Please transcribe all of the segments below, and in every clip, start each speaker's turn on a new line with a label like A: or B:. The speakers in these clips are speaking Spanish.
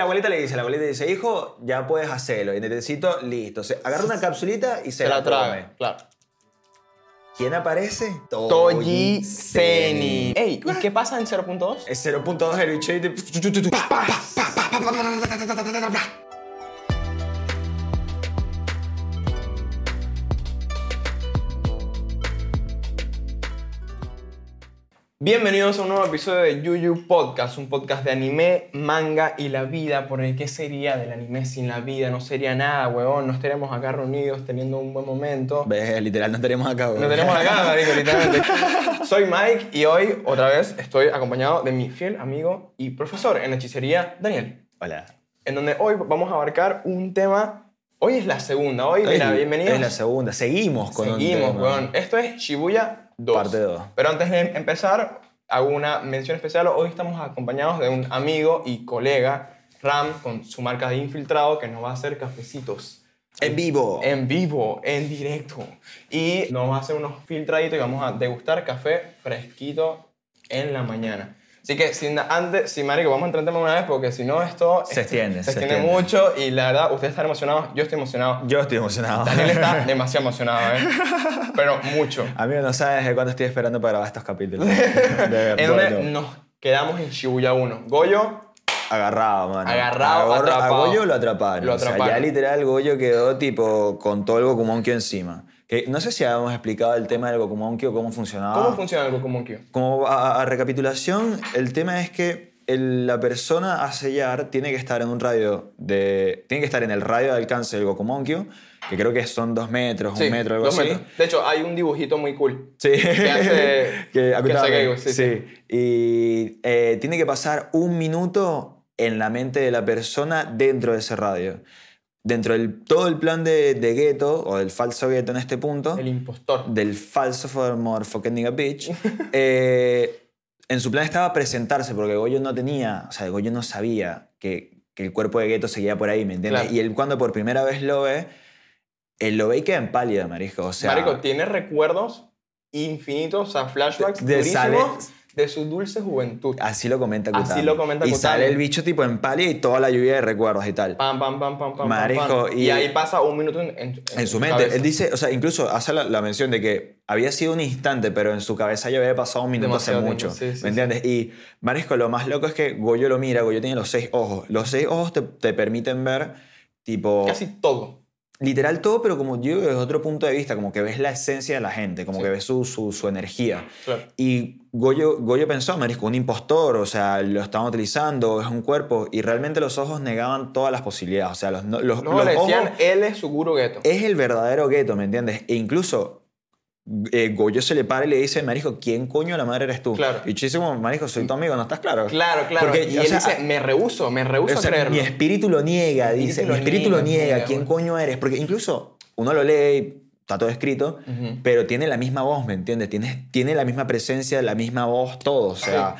A: La abuelita le dice, la abuelita dice, hijo, ya puedes hacerlo. Y necesito, listo. Se agarra una capsulita y se,
B: Se
A: la,
B: la
A: come.
B: traga, claro.
A: ¿Quién aparece?
B: Toji
A: Seni.
B: Seni. Ey, ¿y qué pasa en 0.2?
A: Es 0.2 el bicho y te- pa, pa, pa, pa, pa, pa, pa, pa, pa, pa, pa.
B: Bienvenidos a un nuevo episodio de Yuyu Podcast, un podcast de anime, manga y la vida, por el que sería del anime sin la vida, no sería nada, huevón, no estaríamos acá reunidos teniendo un buen momento.
A: Ves, literal, no tenemos acá.
B: No tenemos acá, marico, literalmente. Soy Mike y hoy, otra vez, estoy acompañado de mi fiel amigo y profesor en hechicería, Daniel.
A: Hola.
B: En donde hoy vamos a abarcar un tema... Hoy es la segunda, hoy, mira,
A: Ey,
B: bienvenidos.
A: Es la segunda. Seguimos con un
B: Seguimos,
A: tema.
B: weón. Esto es Shibuya 2.
A: Parte 2.
B: Pero antes de empezar, hago una mención especial. Hoy estamos acompañados de un amigo y colega, Ram, con su marca de infiltrado, que nos va a hacer cafecitos
A: En vivo.
B: en vivo, en directo. Y nos va a hacer unos filtraditos y vamos a degustar café fresquito en la mañana. Así que sin, antes, sin marico, vamos a entrar en tema una vez porque si no esto... este,
A: Se extiende,
B: Se
A: se
B: extiende
A: extiende.
B: mucho y la verdad, ustedes están emocionados, yo estoy emocionado.
A: Yo estoy emocionado.
B: Daniel está demasiado emocionado, ¿eh? Pero mucho.
A: Amigo, no sabes de cuánto estoy esperando para grabar estos capítulos. De verdad.
B: En donde
A: no.
B: nos quedamos en Shibuya 1. Goyo,
A: Agarrado, mano.
B: Agarrado,
A: a, Gorro-
B: atrapado.
A: A Goyo lo atraparon.
B: Lo
A: O sea, ya
B: atraparon.
A: literal Goyo quedó tipo con todo el Gokumonkyo encima. Que no sé si habíamos explicado el tema del Gokumonkyo, cómo funcionaba.
B: ¿cómo funciona el Gokumonkyo?
A: Como a, a recapitulación, el tema es que el- la persona a sellar tiene que estar en un radio de... Tiene que estar en el radio de alcance del Gokumonkyo, que creo que son dos metros, un metro, algo
B: dos
A: así.
B: metros. De hecho, hay un dibujito muy cool.
A: Sí.
B: Que hace- que
A: Akutami,
B: hace Geigo, sí,
A: Y eh, tiene que pasar un minuto en la mente de la persona dentro de ese radio. Dentro del todo el plan de, de Ghetto, o del falso Ghetto en este punto,
B: El impostor.
A: del falso formorfo que nigga bitch, eh, en su plan estaba presentarse, porque Goyo no tenía, o sea, Goyo no sabía que, que el cuerpo de Ghetto seguía por ahí, ¿me entiendes?
B: Claro.
A: Y él cuando por primera vez lo ve, él lo ve y queda en pálida, marico. O sea,
B: Marico, tiene recuerdos infinitos, o sea, flashbacks
A: De- de
B: durísimos
A: sale- Ah.
B: de su dulce juventud.
A: Así lo comenta
B: Así
A: Kutami.
B: lo comenta
A: Y
B: Kutami. Ah,
A: sale el bicho tipo en pali y toda la lluvia de recuerdos y tal.
B: Pam, pam, pam, pam, pam.
A: Marico,
B: pam, pam.
A: y-
B: Y, ahí pasa un minuto en, en-
A: En su mente.
B: cabeza.
A: Él dice, o sea, incluso hace la, la mención de que había sido un instante, pero en su cabeza ya había pasado un minuto
B: Demasiado
A: hace
B: tiempo,
A: mucho.
B: sí, sí, sí.
A: ¿Me entiendes? Y Marisco, lo más loco es que Goyo lo mira, Goyo tiene los seis ojos. Los seis ojos te, te permiten ver, tipo.
B: Casi todo.
A: Literal todo, pero como yo desde otro punto de vista, como que ves la esencia de la gente, como
B: Sí.
A: que ves su, su, su energía.
B: Claro.
A: Y Goyo, Goyo pensó, Marisco, un impostor, o sea, lo estaban utilizando, es un cuerpo, y realmente los ojos negaban todas las posibilidades, o sea, los, no- los,
B: Luego
A: los
B: le decían,
A: ojos
B: él es su guru gueto.
A: es el verdadero gueto, ¿me entiendes? E incluso eh, Goyo se le para y le dice, Marisco, ¿quién coño la madre eres tú?
B: Claro.
A: Y Chichi dice, como, Marisco, soy tu amigo, ¿no estás claro?
B: Claro, claro.
A: Porque,
B: y
A: o
B: él
A: sea,
B: dice, me rehuso, me rehuso
A: o
B: a
A: sea,
B: creerlo.
A: mi espíritu lo niega,
B: Mi
A: dice,
B: espíritu
A: mi
B: lo
A: espíritu lo
B: niega,
A: niega,
B: niega,
A: ¿quién
B: bueno.
A: coño eres? Porque incluso uno lo lee, y está todo escrito,
B: Ujú.
A: pero tiene la misma voz, ¿me entiendes? Tiene, tiene la misma presencia, la misma voz, todo, o sea...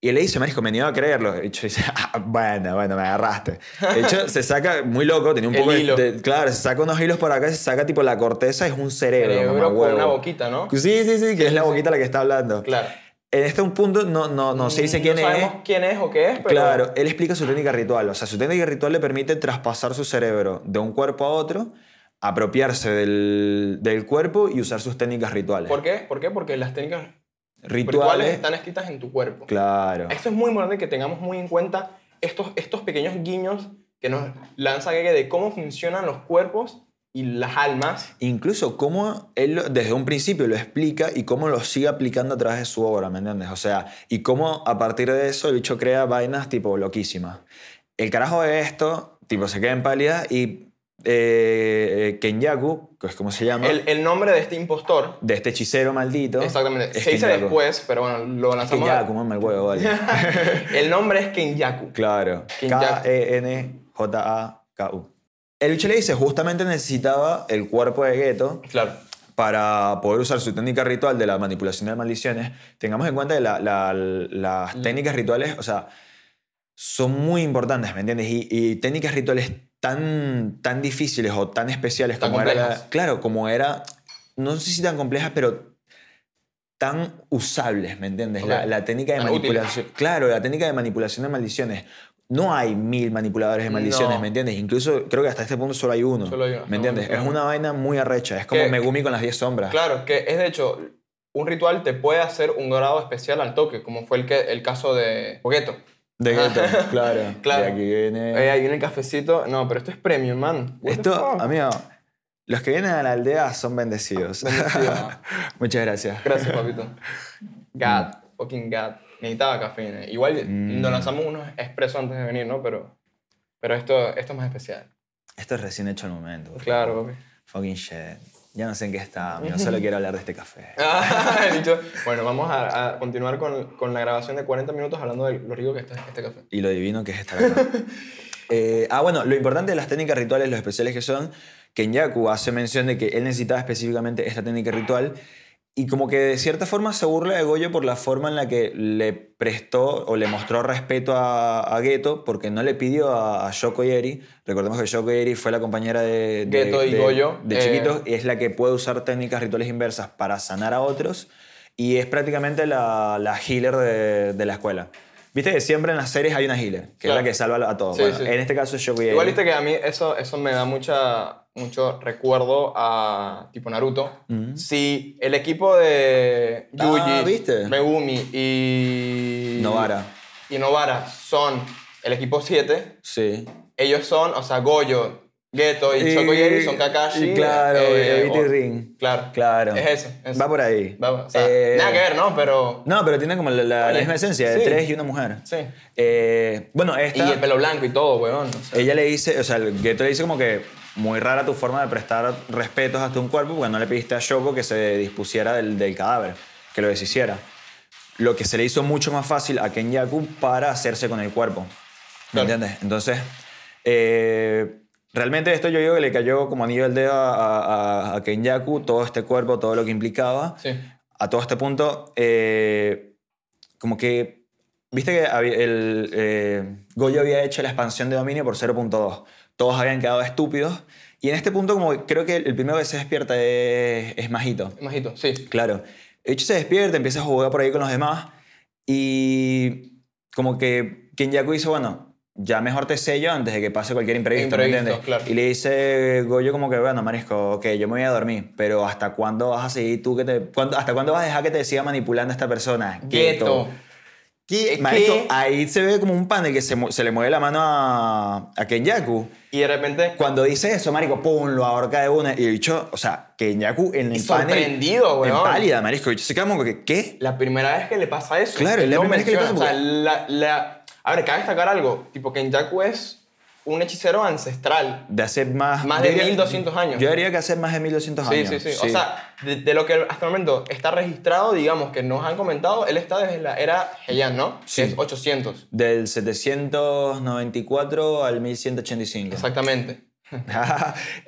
A: Y él le dice, Marisco, me niego a creerlo. Y yo dice, "Ah, bueno, bueno, me agarraste. De hecho, se saca, muy loco, tenía un
B: El
A: poco de-
B: hilo.
A: de, Claro, se saca unos hilos por acá, se saca tipo la corteza, es un cerebro.
B: Cerebro
A: mamá,
B: con
A: huevo.
B: una boquita, ¿no?
A: Sí, sí, sí, que es la boquita la que está hablando.
B: Claro. Mm,
A: En este punto no, no, no se dice quién
B: no
A: es.
B: sabemos quién es o qué es, pero.
A: Claro, él explica su técnica ritual. O sea, su técnica ritual le permite traspasar su cerebro de un cuerpo a otro, apropiarse del, del cuerpo y usar sus técnicas rituales.
B: ¿Por qué? ¿Por qué? Porque las técnicas
A: Rituales.
B: rituales están escritas en tu cuerpo.
A: Claro.
B: Esto es muy importante que tengamos muy en cuenta estos, estos pequeños guiños que nos lanza Gege de cómo funcionan los cuerpos y las almas.
A: Incluso cómo él lo- desde un principio lo explica y cómo lo sigue aplicando a través de su obra, ¿me entiendes? O sea, y cómo a partir de eso el bicho crea vainas tipo loquísimas. El carajo de esto, tipo, se queda en pálida y eh, eh, Kenyaku, que es como se llama,
B: El, el nombre de este impostor.
A: de este hechicero maldito.
B: Exactamente.
A: es
B: se dice
A: Kenyaku.
B: después, pero bueno, lo lanzamos.
A: Kenyaku, mame el huevo, vale.
B: el nombre es Kenyaku.
A: Claro. E
B: Kenyaku.
A: K-E-N-J-A-K-U. El bicho le dice, justamente necesitaba el cuerpo de Geto
B: Claro.
A: para poder usar su técnica ritual de la manipulación de maldiciones. Tengamos en cuenta que la- la-
B: Mm.
A: las técnicas rituales, o sea, son muy importantes, ¿me entiendes? Y, y técnicas rituales tan, tan difíciles o tan especiales
B: Tan
A: como era... la-
B: complejas.
A: Claro, como era... No sé si tan complejas, pero tan usables, ¿me entiendes? La,
B: Ok.
A: la técnica de
B: Tan útiles.
A: manipulación... Claro, la técnica de manipulación de maldiciones. no hay mil manipuladores de maldiciones,
B: No.
A: ¿me entiendes? Incluso creo que hasta este punto solo hay uno.
B: Solo hay uno, Ah,
A: ¿Me entiendes?
B: solo hay
A: Es
B: uno.
A: una vaina muy arrecha. Es como
B: Que-
A: Megumi con las 10 sombras.
B: Claro, que es de hecho, un ritual te puede hacer un grado especial al toque, como fue el, que, el caso de Pogueto.
A: De Gotham, claro.
B: Claro.
A: Y aquí viene.
B: Eh, ahí viene el cafecito. No, pero esto es premium, man. What the
A: Esto,
B: fuck?
A: amigo, los que vienen a la aldea son bendecidos.
B: Bendecido.
A: Muchas gracias.
B: Gracias, papito. God, fucking God. Necesitaba cafeína. Igual
A: Mm.
B: nos lanzamos unos expresos antes de venir, ¿no? Pero, pero esto, esto es más especial.
A: Esto es recién hecho al momento. por
B: Claro,
A: favor.
B: papi.
A: Fucking shit. Ya no sé en qué está, amigo. Solo quiero hablar de este café.
B: Ah, he dicho, bueno, vamos a, a continuar con, con la grabación de 40 minutos hablando de lo rico que está este café.
A: Y lo divino que es esta verdad. Eh, ah, bueno, lo importante de las técnicas rituales, lo especiales que son, que Kenyaku hace mención de que él necesitaba específicamente esta técnica ritual y como que de cierta forma se burla de Goyo por la forma en la que le prestó o le mostró respeto a, a Geto porque no le pidió a, a Shoko Yeri. Recordemos que Shoko Yeri fue la compañera de, de-
B: Geto y
A: de-
B: Goyo,
A: de
B: eh.
A: chiquitos y es la que puede usar técnicas rituales inversas para sanar a otros y es prácticamente la, la healer de, de la escuela. Viste que siempre en las series hay una healer, que
B: Claro.
A: es la que salva a todos.
B: Sí,
A: Bueno,
B: sí.
A: En este caso es Shoko Yeri.
B: Igual viste que a mí eso, eso me da mucha, mucho recuerdo a tipo Naruto. Si el equipo de Yuji,
A: Mm. Ah, ¿viste?
B: Megumi y...
A: Novara.
B: Y Novara son el equipo 7,
A: Sí.
B: ellos son, o sea, Goyo, Geto y, Shoko Yeri son Kakashi.
A: y claro,
B: eh,
A: Evita y
B: o-
A: Rin.
B: Claro.
A: Claro.
B: Es eso. es-
A: Va por ahí.
B: va- o sea,
A: Eh,
B: nada que ver, ¿no? Pero...
A: No, pero tiene como la, la
B: Oye,
A: misma esencia, de
B: sí.
A: tres y una mujer.
B: Sí.
A: Eh, bueno,
B: Y
A: esta...
B: el pelo blanco y todo, weón. o sea.
A: Ella le dice, o sea, el Geto le dice como que muy rara tu forma de prestar respetos hasta un cuerpo porque no le pediste a Shoko que se dispusiera del, del cadáver, que lo deshiciera. Lo que se le hizo mucho más fácil a Kenyaku para hacerse con el cuerpo. ¿Me
B: Claro.
A: entiendes? Entonces, eh, realmente esto yo digo que le cayó como anillo al dedo a, a, a Kenyaku, todo este cuerpo, todo lo que implicaba
B: Sí.
A: a todo este punto, eh, como que, viste que había- el, eh, Goyo había hecho la expansión de dominio por 0.2. Todos habían quedado estúpidos. Y en este punto, como que creo que el primero que se despierta es, es Majito.
B: Majito, sí.
A: Claro. De hecho, se despierta, empieza a jugar por ahí con los demás. Y como que Kenyaku dice, bueno, ya mejor te sello antes de que pase cualquier imprevisto, ¿me
B: Imprevisto,
A: entiendes?
B: claro.
A: Y le dice Goyo como que, bueno, marisco, ok, yo me voy a dormir, pero ¿hasta cuándo vas a seguir tú que te... cuándo- ¿Hasta cuándo vas a dejar que te siga manipulando esta persona?
B: Geto.
A: ¿Qué?
B: ¿Qué?
A: Marisco, ahí se ve como un panel que se, mu- se le mueve la mano a, a Kenyaku.
B: Y de repente...
A: Cuando dice eso, marico, pum, lo ahorca de una. Y el bicho, o sea, Kenyaku en el panel...
B: sorprendido,
A: En
B: weón.
A: pálida, marisco. El bicho se queda como que, ¿qué?
B: La primera vez que le pasa eso.
A: Claro, es la
B: no
A: primera vez que le
B: menciona,
A: pasa
B: O sea, la, la- A ver, cabe destacar algo. Tipo, Kenjaku es un hechicero ancestral.
A: De hace más...
B: Más de
A: yo diría-
B: 1200 años.
A: Yo diría que hace más de 1200
B: Sí,
A: años.
B: sí, sí, O sea, de, de lo que hasta el momento está registrado, digamos, que nos han comentado, él está desde la era Heian, ¿no?
A: Sí.
B: Que es 800.
A: Del 794 al 1185.
B: Exactamente.
A: Y-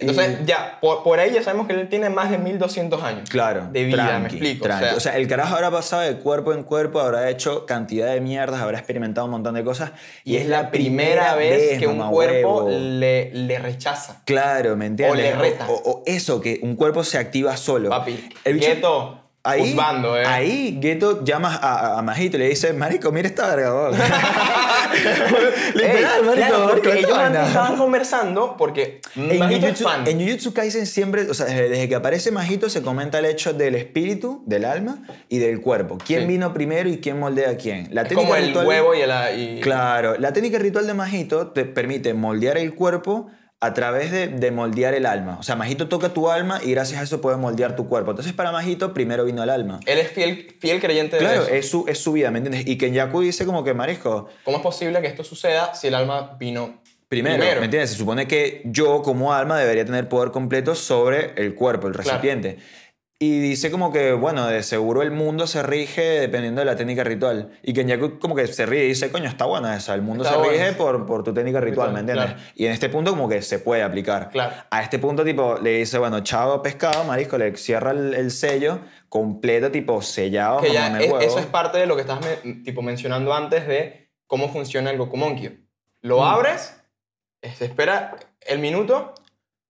B: Entonces, ya, por, por ahí ya sabemos que él tiene más de 1200 años.
A: claro.
B: De vida, me
A: tranqui,
B: explico.
A: tranqui.
B: O sea,
A: el carajo habrá pasado de cuerpo en cuerpo, habrá hecho cantidad de mierdas, habrá experimentado un montón de cosas.
B: y es la primera vez que un
A: mamá
B: cuerpo
A: huevo.
B: le, le rechaza.
A: Claro, ¿me entiendes?
B: le reta.
A: O, o eso, que un cuerpo se activa solo.
B: Papi,
A: El bicho-
B: quieto,
A: Ahí,
B: juzgando, ¿eh?
A: ahí Geto llama a, a- a Majito y le dice, marico, mira esta verga, weón".
B: Ey,
A: Literal, marico,
B: claro,
A: marico,
B: porque
A: esta
B: ellos antes
A: vaina.
B: estaban conversando porque
A: En
B: Majito es
A: Jujutsu,
B: fan.
A: en Jujutsu Kaisen siempre, o sea, desde, desde que aparece Majito se comenta el hecho del espíritu, del alma y del cuerpo. ¿Quién
B: Sí.
A: vino primero y quién moldea a quién? La
B: Es como el
A: ritual-
B: huevo y el... ah, y-
A: Claro, la técnica ritual de Majito te permite moldear el cuerpo a través de, de moldear el alma. O sea, Majito toca tu alma y gracias a eso puede moldear tu cuerpo. Entonces, para Majito primero vino el alma.
B: Él es fiel, fiel creyente
A: Claro, eh.
B: de eso.
A: es su, es su vida, ¿me entiendes? Y Kenyaku dice como que, marisco,
B: ¿Cómo es posible que esto suceda si el alma vino
A: Primero, ¿me entiendes? Se supone que yo como alma debería tener poder completo sobre el cuerpo, el
B: Claro.
A: recipiente. Y dice como que, bueno, de seguro el mundo se rige dependiendo de la técnica ritual. Y Kenyaku como que se ríe y dice, coño, está buena esa. El mundo
B: Está
A: se
B: buena.
A: rige por, por tu técnica ritual,
B: Ritual,
A: ¿me entiendes?
B: claro.
A: Y en este punto como que se puede aplicar.
B: Claro.
A: A este punto tipo le dice, bueno, chavo pescado, marisco, le cierra el, el sello completo, tipo sellado.
B: Que
A: como
B: ya
A: en el
B: es-
A: huevo.
B: eso es parte de lo que estás me- tipo, mencionando antes de cómo funciona el Gokumonkyo. Lo
A: Mm.
B: abres, se espera el minuto,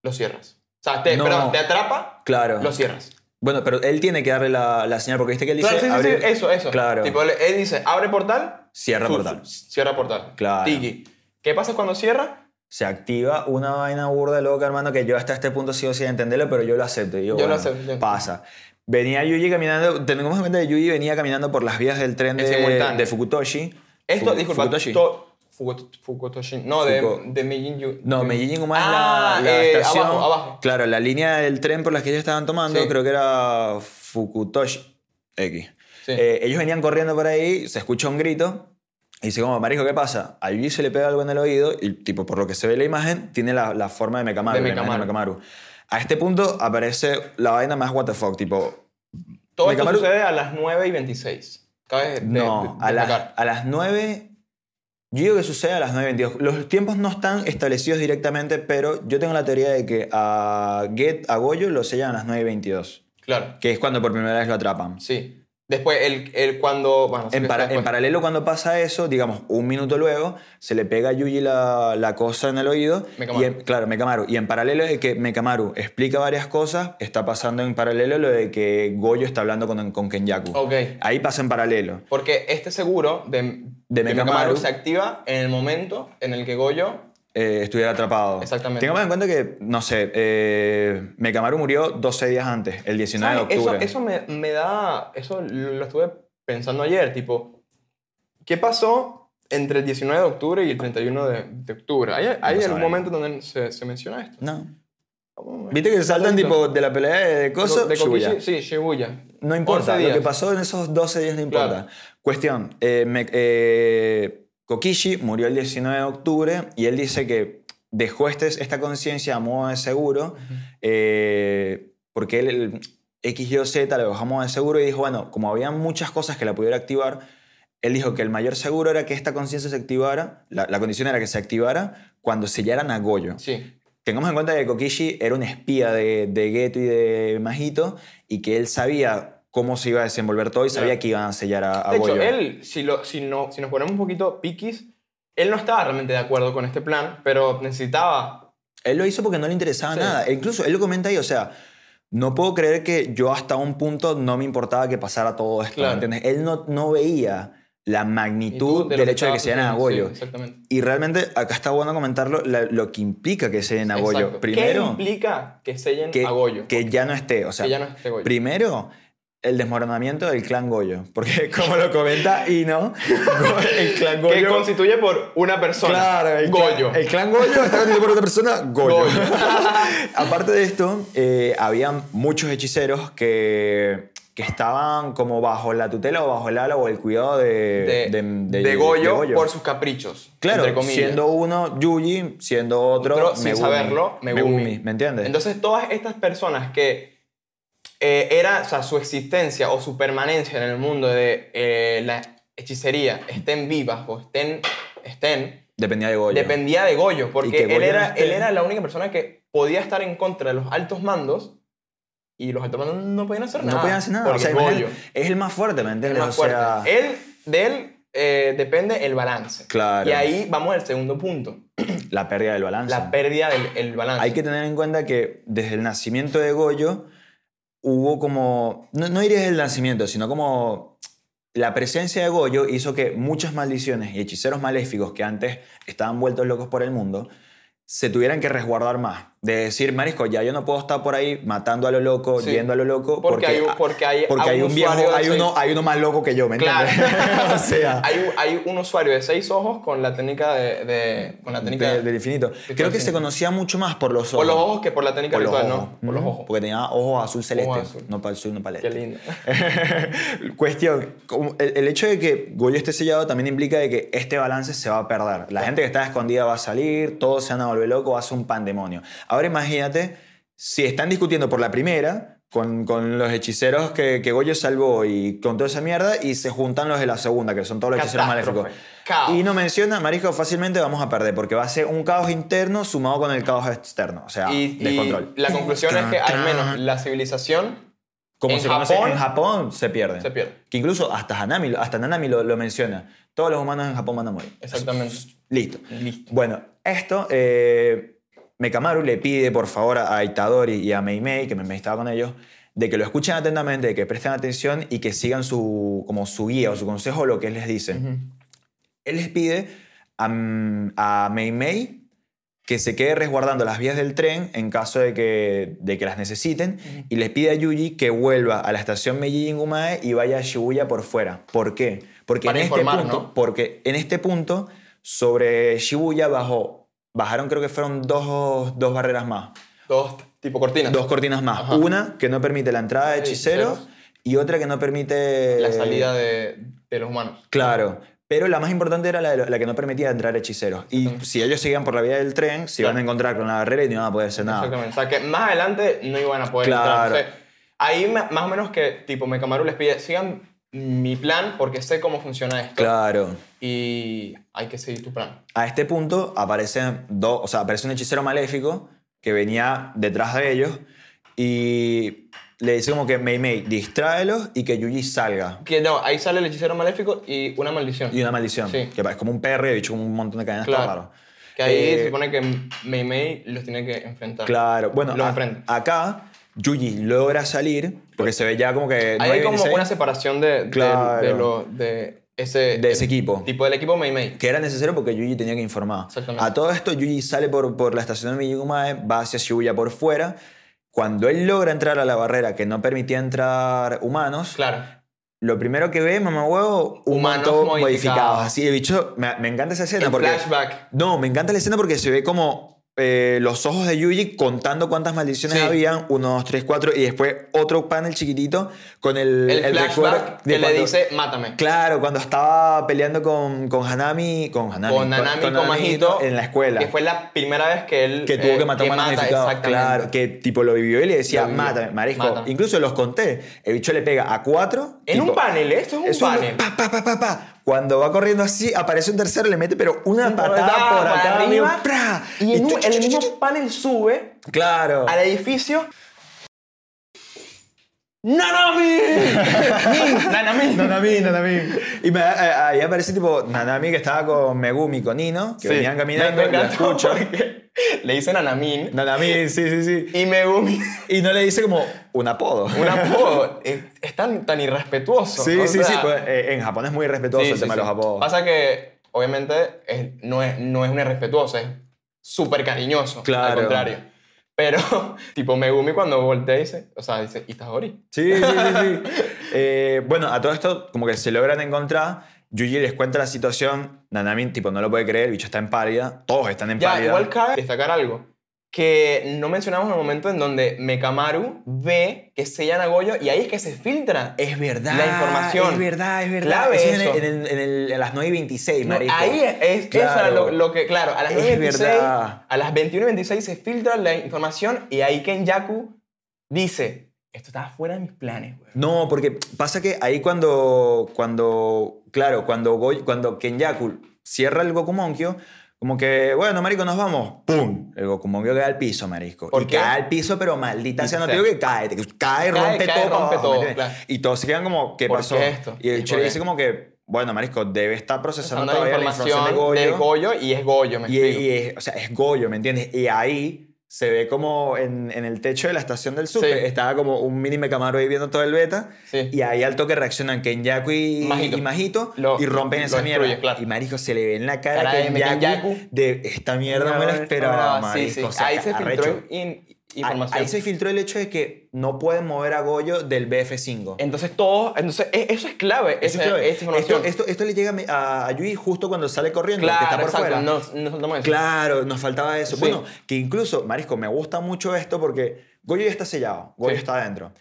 B: lo cierras. O sea, te,
A: No.
B: perdón, te atrapa,
A: Claro.
B: lo cierras.
A: Bueno, pero él tiene que darle la, la señal porque viste que él dice...
B: Claro, sí, sí,
A: "Abre-
B: sí, eso, eso.
A: Claro.
B: Tipo, él él dice, abre portal,
A: Cierra
B: Su-
A: portal.
B: su- Cierra portal.
A: Claro.
B: Tiki. ¿Qué pasa cuando cierra?
A: Se activa una vaina burda loca, hermano, que yo hasta este punto sigo sin entenderlo, pero yo lo acepto. Y yo,
B: Yo
A: bueno,
B: lo acepto, yo-
A: Pasa. Venía Yuji caminando, tenemos en cuenta que Yuji venía caminando por las vías del tren
B: En
A: de,
B: simultáneo.
A: de Fukutoshi.
B: Esto,
A: Fu-
B: disculpa,
A: Fukutoshi.
B: to- Fuku- Fukutoshi. No, de,
A: Fuku-
B: de Meijin-yu.
A: No, Medellín Yuma es
B: Ah,
A: la, la
B: eh,
A: estación.
B: Abajo, abajo.
A: Claro, la línea del tren por la que ellos estaban tomando,
B: Sí.
A: creo que era Fukutoshi X.
B: Sí.
A: Eh, ellos venían corriendo por ahí, se escucha un grito. Y dice como, marico, ¿qué pasa? A Yuji se le pega algo en el oído y, tipo, por lo que se ve en la imagen, tiene la, la forma de Mekamaru.
B: De
A: la imagen
B: Mekamaru.
A: Mekamaru. A este punto aparece la vaina más what the fuck, tipo...
B: Todo esto
A: Mecamaru-
B: sucede a las 9 y 26. Cabe de-
A: no,
B: de-
A: a, las-
B: destacar.
A: a las 9... Yo digo que sucede a las 9.22. Los tiempos no están establecidos directamente, pero yo tengo la teoría de que a Get, a Goyo, lo sellan a las 9.22,
B: Claro,
A: que es cuando por primera vez lo atrapan.
B: sí. Después, el, el cuando... Bueno, sí
A: En,
B: que
A: para-
B: está
A: en paralelo, cuando pasa eso, digamos, un minuto luego, se le pega a Yuji la, la cosa en el oído.
B: Mekamaru.
A: Y en- claro, Mekamaru. Y en paralelo de que Mekamaru explica varias cosas, está pasando en paralelo lo de que Goyo está hablando con, con Kenyaku.
B: después. Ok.
A: Ahí pasa en paralelo.
B: Porque este seguro de, de
A: Mecamaru.
B: Mecamaru se activa en el momento en el que Goyo...
A: Eh, estuviera atrapado.
B: Exactamente.
A: Tengamos en cuenta que, no sé, eh, Mekamaru murió 12 días antes, el 19
B: ¿Sabes?
A: de
B: Eso,
A: octubre.
B: eso me, me da... Eso lo lo estuve pensando ayer, tipo... ¿Qué pasó entre el 19 de octubre y el 31 de, de octubre? ¿Hay, hay
A: pasa
B: algún
A: nada.
B: momento donde se, se menciona esto?
A: No.
B: Vamos a ver.
A: Viste que saltan
B: Exacto.
A: tipo de la pelea de, de cosas.
B: Oh, de Kokishi-
A: Shibuya.
B: sí, Shibuya.
A: No importa,
B: 11
A: lo que
B: días.
A: pasó en esos 12 días no importa.
B: Claro.
A: Cuestión, eh, me- eh, Kokishi murió el 19 de octubre y él dice que dejó este, esta conciencia a modo de seguro eh, porque él, el X, Y, o, Z lo dejó a modo de seguro y dijo, bueno, como había muchas cosas que la pudiera activar, él dijo que el mayor seguro era que esta conciencia se activara, la, la condición era que se activara cuando sellaran a Goyo.
B: Sí.
A: Tengamos en cuenta que Kokishi era un espía de, de Geto y de Majito y que él sabía cómo se iba a desenvolver todo y sabía
B: Claro.
A: que iban a sellar a, a
B: De hecho,
A: Goyo.
B: él, si, lo, si, no, si nos ponemos un poquito piquis, él no estaba realmente de acuerdo con este plan, pero necesitaba.
A: Él lo hizo porque no le interesaba
B: Sí.
A: nada. E incluso él lo comenta ahí, o sea, no puedo creer que yo hasta un punto no me importaba que pasara todo esto. ¿me
B: Claro.
A: ¿entiendes? Él no, no veía la magnitud
B: tú,
A: del
B: lo
A: hecho de que
B: estaba
A: se a
B: sucediendo.
A: Goyo.
B: Sí, exactamente.
A: Y realmente acá está bueno comentarlo la- lo que implica que sellen a
B: Exacto.
A: Goyo.
B: ¿Qué
A: Primero,
B: implica que sellen
A: que,
B: a Goyo?
A: que ya no esté. O sea,
B: Que ya no esté Goyo.
A: Primero, el desmoronamiento del clan Goyo. Porque como lo comenta Ino, el clan
B: que
A: Goyo...
B: constituye por una persona.
A: Claro, el clan-
B: Goyo.
A: el clan Goyo está constituido por otra persona, Goyo.
B: Goyo.
A: Aparte de esto, eh, habían muchos hechiceros que, que estaban como bajo la tutela o bajo el ala o el cuidado de,
B: de, de Goyo
A: de
B: por sus caprichos.
A: Claro,
B: entre comillas.
A: siendo uno Yuji, siendo otro,
B: otro, sin
A: Megumi.
B: saberlo, Megumi.
A: ¿Me entiendes?
B: Entonces, todas estas personas que eh, era, o sea, su existencia o su permanencia en el mundo de eh, la hechicería estén vivas o estén, estén
A: dependía de Goyo.
B: dependía de Goyo,
A: Y que
B: porque él
A: Goyo
B: era,
A: no esté.
B: él era la única persona que podía estar en contra de los altos mandos y los altos mandos no podían hacer nada.
A: no podían hacer nada. O
B: Ah, Porque
A: sea,
B: Goyo
A: imagínate, es el más fuerte, ¿me
B: es
A: entiendes?
B: más
A: O sea,
B: fuerte. Él, de él eh, depende el balance.
A: Claro.
B: Y ahí vamos al segundo punto,
A: la pérdida del balance.
B: la pérdida del el balance.
A: Hay que tener en cuenta que desde el nacimiento de Goyo hubo como, no, no diría el nacimiento, sino como la presencia de Goyo hizo que muchas maldiciones y hechiceros maléficos que antes estaban vueltos locos por el mundo se tuvieran que resguardar más. De decir, Marisco, ya yo no puedo estar por ahí matando a lo loco,
B: Sí.
A: yendo a lo loco, porque,
B: Porque hay un- porque hay
A: porque
B: a
A: hay
B: un
A: un viejo,
B: usuario de
A: hay uno,
B: seis-
A: hay uno más loco que yo, ¿me
B: Claro.
A: entiendes? o sea,
B: hay, un- hay un usuario de seis ojos con la técnica de, de- con la técnica
A: de- del infinito. Creo que se
B: infinito.
A: conocía mucho más por los ojos.
B: por los ojos que por la técnica
A: Por los
B: ritual,
A: ojos.
B: ¿no? Por los
A: Ujú.
B: ojos.
A: Porque tenía ojos azul celeste.
B: azul.
A: No para el sur, no para el
B: Qué
A: este.
B: lindo.
A: Cuestión. como El, el hecho de que Goyo esté sellado también implica de que este balance se va a perder. La gente que está escondida va a salir, todos se van a volver locos, va a ser un pandemonio. Ahora imagínate, si están discutiendo por la primera. Con, con los hechiceros que, que Goyo salvó y con toda esa mierda, y se juntan los de la segunda, que son todos los hechiceros
B: Catástrofe.
A: maléficos.
B: Caos.
A: Y no menciona, Marisco, fácilmente vamos a perder, porque va a ser un caos interno sumado con el caos externo, o sea,
B: Y- y
A: descontrol.
B: la conclusión es que al menos la civilización
A: Como
B: en
A: se conoce
B: Japón-
A: en Japón, se pierde.
B: se pierde.
A: Que incluso hasta, Hanami, lo- hasta Nanami lo, lo menciona. Todos los humanos en Japón van a morir.
B: Exactamente.
A: Listo.
B: Listo.
A: Bueno, esto, eh, Mekamaru le pide por favor a a Itadori y a Meimei, que Meimei estaba con ellos, de que lo escuchen atentamente, de que presten atención y que sigan su, como su guía o su consejo, lo que él les dice.
B: Ujú.
A: Él les pide a, mm, a Mei Mei que se quede resguardando las vías del tren en caso de que, de que las necesiten y les pide a Yuji que vuelva a la estación Meiji Ingumae y vaya a Shibuya por fuera. ¿Por qué? Porque,
B: Para
A: en,
B: informar,
A: este punto,
B: ¿no?
A: porque en este punto sobre Shibuya bajó, bajaron creo que fueron dos, dos barreras más,
B: Dos tipo cortinas.
A: dos cortinas más.
B: Ajá.
A: Una que no permite la entrada de
B: Sí,
A: hechiceros
B: hechiceros.
A: y otra que no permite...
B: La salida de, de los humanos.
A: Claro. Pero la más importante era la, de lo- la que no permitía entrar hechiceros. Y
B: Exactamente.
A: si ellos seguían por la vía del tren, se iban
B: Claro.
A: a encontrar con la barrera y no iban a poder hacer nada.
B: Exactamente. O sea, que más adelante no iban a poder entrar.
A: Claro.
B: Entonces, ahí ma- más o menos que, tipo, Mekamaru les pide, sigan mi plan porque sé cómo funciona esto.
A: Claro.
B: Y hay que seguir tu plan.
A: A este punto aparecen dos, o sea, aparece un hechicero maléfico que venía detrás de ellos y le dice como que Mei Mei, distráelos y que Yuji salga.
B: Que no, ahí sale el hechicero maléfico y una maldición.
A: Y una maldición.
B: Sí.
A: Que es como un perro y dicho como un montón de cadenas. está
B: Claro.
A: raro.
B: Que ahí
A: Eh,
B: se supone que Mei Mei los tiene que enfrentar.
A: Claro. Bueno,
B: Lo
A: a-
B: enfrenta.
A: acá Yuji logra salir porque se ve ya como que... no
B: Ahí hay como
A: dice-
B: una separación de, de-
A: Claro.
B: de, lo- de ese,
A: De ese equipo.
B: Tipo del equipo Mei Mei.
A: que era necesario porque Yuji tenía que informar.
B: Exactamente.
A: A todo esto, Yuji sale por, por la estación de Miyugumae, va hacia Shibuya por fuera. Cuando él logra entrar a la barrera que no permitía entrar humanos,
B: Claro.
A: lo primero que ve, mamá huevo, humanos
B: Humanos
A: modificados.
B: modificados.
A: Así, de bicho, me, me encanta esa escena.
B: El
A: porque,
B: flashback.
A: No, me encanta la escena porque se ve como eh, los ojos de Yuji contando cuántas maldiciones
B: Sí.
A: habían, uno, dos, tres, cuatro, y después otro panel chiquitito con el,
B: El,
A: recuerdo
B: flashback
A: de
B: que le
A: cuando-
B: dice, mátame.
A: Claro, cuando estaba peleando con, con Hanami, con Hanami,
B: con Nanami con,
A: Nanamito
B: Majito,
A: en la escuela,
B: Que fue la primera vez que él.
A: que tuvo
B: eh,
A: que matar a un
B: mata,
A: magnificado.
B: exactamente.
A: Claro, que tipo lo vivió y le decía,
B: Lo vivió.
A: mátame, marisco.
B: Mátame.
A: Incluso los conté. El bicho le pega a cuatro.
B: En
A: tipo,
B: un panel, ¿eh? esto es un
A: es un-
B: panel.
A: pa, pa, pa, pa, pa. Cuando va corriendo así, aparece un tercero, le mete pero una
B: Un
A: patada por acá, amigo, pra.
B: Y en
A: Y
B: un-
A: chu, chu,
B: el
A: chu, chu,
B: mismo
A: chu.
B: panel sube
A: Claro.
B: al edificio. ¡Nanami! ¡Nanami!
A: Nanami, Nanami. Y me- a- ahí aparece tipo Nanami que estaba con Megumi, con Nino, que
B: Sí.
A: venían caminando,
B: Me-
A: y
B: me
A: lo
B: encantó
A: escucha.
B: porque Le dicen Nanamin.
A: Nanami, sí, sí, sí.
B: Y Megumi.
A: Y no le dice como un apodo.
B: Un apodo. Es, es tan, tan irrespetuoso.
A: Sí,
B: o
A: sí, sí.
B: sea,
A: pues, eh, en Japón es muy respetuoso
B: Sí,
A: el
B: sí,
A: tema de
B: sí.
A: los apodos.
B: Pasa que, obviamente, es- no, es, no es un irrespetuoso, es súper cariñoso. Al
A: Claro.
B: contrario. Pero, tipo, Megumi cuando voltea dice, o sea, dice, Itadori.
A: Sí, sí, sí. sí. Eh, bueno, a todo esto, como que se logran encontrar. Yuji les cuenta la situación. Nanami, tipo, no lo puede creer. El bicho está en pálida. Todos están en
B: Ya,
A: pálida.
B: igual cabe destacar algo. Que no mencionamos el momento en donde Mekamaru ve que sellan a Goyo y ahí es que se filtra.
A: Es verdad.
B: La información.
A: Es verdad, es verdad.
B: Clave
A: Eso es
B: eso.
A: En, el- en el- en el- en las 9 y 26,
B: No,
A: marico.
B: ahí es, es- eso
A: Claro.
B: era lo, lo que, claro, a las
A: Es
B: 9 y 26,
A: verdad.
B: a las 21 y 26 se filtra la información y ahí Kenyaku dice, esto estaba fuera de mis planes, güey.
A: No, porque pasa que ahí cuando, cuando claro, cuando, Goy- cuando Kenyaku cierra el Goku Monkyo, como que, bueno, marico, nos vamos. ¡Pum! El Goku Monkyo cae al piso, marico.
B: ¿Por
A: y
B: qué?
A: cae al piso, pero maldita sea, no
B: Sí.
A: te digo que cae. te- Cae,
B: Cae,
A: rompe
B: cae,
A: todo. para
B: rompe
A: abajo,
B: todo,
A: ¿me entiendes?
B: claro.
A: Y todos se quedan como, ¿qué
B: ¿Por
A: pasó?
B: qué esto?
A: Y el
B: ¿Y
A: chico
B: por
A: le
B: qué?
A: dice como que, bueno, marico, debe estar procesando
B: Usando
A: todavía la información de Goyo.
B: del Goyo y es Goyo, me
A: Y,
B: explico.
A: y es, o sea, es Goyo, ¿me entiendes? Y ahí se ve como en, en el techo de la estación del sur,
B: Sí.
A: estaba como un mini Mecamaro ahí viendo todo el beta.
B: Sí.
A: Y ahí al toque reaccionan Kenyaku y
B: Majito.
A: Majito y, Majito,
B: Lo-
A: y rompen
B: lo
A: esa
B: destruye,
A: mierda.
B: claro.
A: Y Marico se le ve en la cara,
B: Cara de
A: a Kenyaku
B: Kenyaku.
A: de esta mierda me la esperaba.
B: Ah, Sí, sí.
A: marico", o sea,
B: ahí se
A: arrecho.
B: filtró in- información.
A: Ahí se filtró el hecho de que no pueden mover a Goyo del BF5.
B: Entonces todo, entonces e- eso es clave,
A: Eso
B: esa,
A: es clave.
B: esa información.
A: Esto, esto- esto le llega a mi- a, a Yui justo cuando sale corriendo, que está
B: claro,
A: por
B: exacto,
A: fuera.
B: no, no soltamos eso.
A: Claro, nos faltaba eso.
B: Sí.
A: Bueno, que incluso, Marisco, me gusta mucho esto porque Goyo ya está sellado, Goyo
B: Sí.
A: está adentro.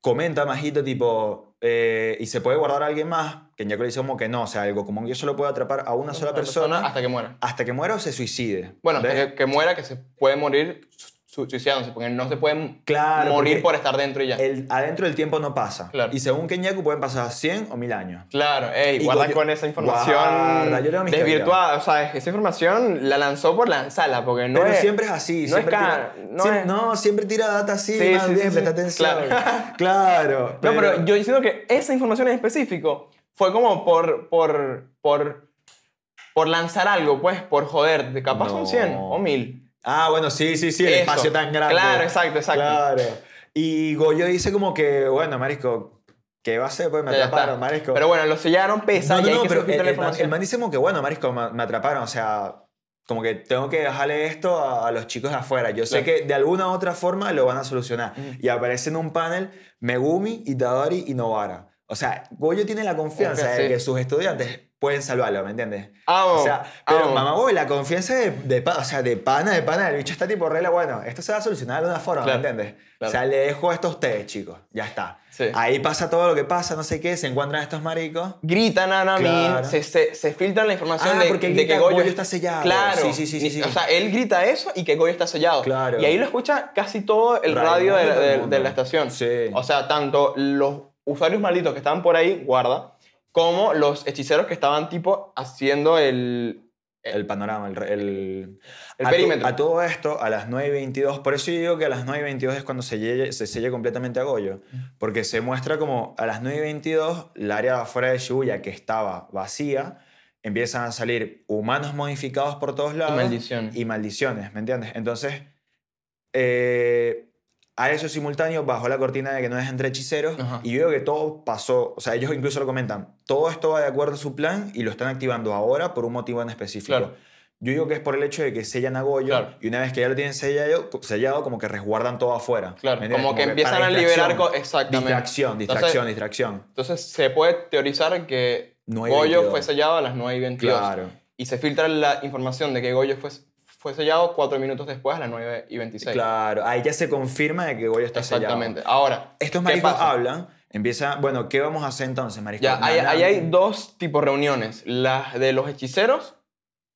A: Comenta Majito, tipo, eh, ¿y se puede guardar a alguien más? Que ya le dice como que no, o sea, algo como que yo solo puedo atrapar a una sola
B: Una
A: persona,
B: hasta que muera.
A: hasta que muera o se suicide.
B: Bueno,
A: ¿Ves?
B: hasta que, que muera, que se puede morir su- su- suicidándose, porque no se puede
A: Claro,
B: morir
A: porque
B: por estar dentro y ya.
A: el- adentro el tiempo no pasa.
B: Claro.
A: Y según Kenyaku pueden pasar 100 o 1000 años.
B: Claro, ey,
A: Y
B: guarda
A: Goyo-
B: con esa información
A: Guarda, yo tengo mis
B: desvirtuada. O sea, es- esa información la lanzó por lanzarla, porque no
A: Pero
B: es...
A: siempre es así.
B: no es
A: siempre
B: cara-
A: tira-
B: no
A: siem-
B: es-
A: no, siempre tira data así,
B: Sí,
A: más
B: sí, sí,
A: bien,
B: sí.
A: presta atención.
B: Claro.
A: Claro.
B: No, pero yo diciendo que esa información en específico fue como por, por, por, por lanzar algo, pues, por joder, de capaz son
A: No.
B: 100 o 1000.
A: Ah, bueno, sí, sí, sí, el
B: Eso.
A: espacio tan grande.
B: Claro, exacto, exacto.
A: Claro. Y Goyo dice como que, bueno, Marisco, ¿Qué va a hacer? Pues me
B: Ya, ya está.
A: atraparon, marisco.
B: Pero bueno, lo sellaron pesa
A: No,
B: y
A: no,
B: hay
A: no,
B: que
A: pero
B: solicitar
A: el,
B: la
A: el man, el
B: información.
A: man dice como que, bueno, marisco, me, me atraparon, o sea, como que tengo que dejarle esto a, a los chicos de afuera. Yo sé
B: Claro.
A: que de alguna u otra forma lo van a solucionar. Y aparece en un panel Megumi, Itadori y Novara. O sea, Goyo tiene la confianza
B: Confianza,
A: de
B: sí.
A: que sus estudiantes pueden salvarlo, ¿me entiendes?
B: Amo,
A: o sea, pero
B: amo.
A: mamá, güey, la confianza de, de pa- o sea, de pana, de pana, el bicho está tipo regla, bueno, esto se va a solucionar de una forma,
B: Claro,
A: ¿me entiendes?
B: claro.
A: O sea, le dejo esto a ustedes, chicos, ya está.
B: Sí.
A: Ahí pasa todo lo que pasa, no sé qué, se encuentran estos maricos.
B: Gritan a Namin,
A: Claro.
B: se, se, se filtra la información
A: Ah,
B: de,
A: porque él
B: de que
A: grita,
B: Goyo,
A: "Goyo está sellado".
B: Claro.
A: Sí, sí, sí, sí, sí.
B: O sea, él grita eso y que Goyo está sellado.
A: Claro.
B: Y ahí lo escucha casi todo el radio,
A: Radio
B: de, la-
A: del
B: de-
A: mundo.
B: de la estación.
A: Sí.
B: O sea, tanto los usuarios malditos que estaban por ahí, guarda, como los hechiceros que estaban tipo haciendo el...
A: El panorama, el... re- el,
B: El
A: a tu-
B: perímetro.
A: a todo esto, a las 9 y 22, por eso yo digo que a las 9 y 22 es cuando se, llegue- se sella completamente a Goyo, porque se muestra como a las 9 y 22 el área de afuera de Shibuya, que estaba vacía, empiezan a salir humanos modificados por todos lados.
B: maldiciones.
A: Y maldiciones, ¿me entiendes? Entonces, eh, a eso simultáneo bajó la cortina de que no es entre hechiceros
B: Ajá.
A: y veo que todo pasó, o sea, ellos incluso lo comentan, todo esto va de acuerdo a su plan y lo están activando ahora por un motivo en específico.
B: Claro.
A: Yo digo que es por el hecho de que sellan a Goyo
B: Claro.
A: y una vez que ya lo tienen sellado, sellado como que resguardan todo afuera.
B: Claro,
A: ¿me
B: como,
A: entiendes?
B: que empiezan
A: para
B: a liberar... co-
A: distracción.
B: Exactamente.
A: Distracción,
B: Entonces-
A: distracción, distracción.
B: Entonces se puede teorizar que
A: 9 y
B: Goyo
A: 22.
B: fue sellado a las 9 y 22.
A: Claro.
B: Y se filtra la información de que Goyo fue, fue sellado 4 minutos después a las 9 y 26.
A: Claro, ahí ya se confirma de que Goyo está sellado.
B: Exactamente. Ahora,
A: Estos
B: ¿qué
A: maricos
B: pasa?
A: hablan, empieza, bueno, ¿qué vamos a hacer entonces, maricos?
B: Ya,
A: Na,
B: hay,
A: na,
B: ahí
A: na.
B: hay dos tipos de reuniones. Las de los hechiceros,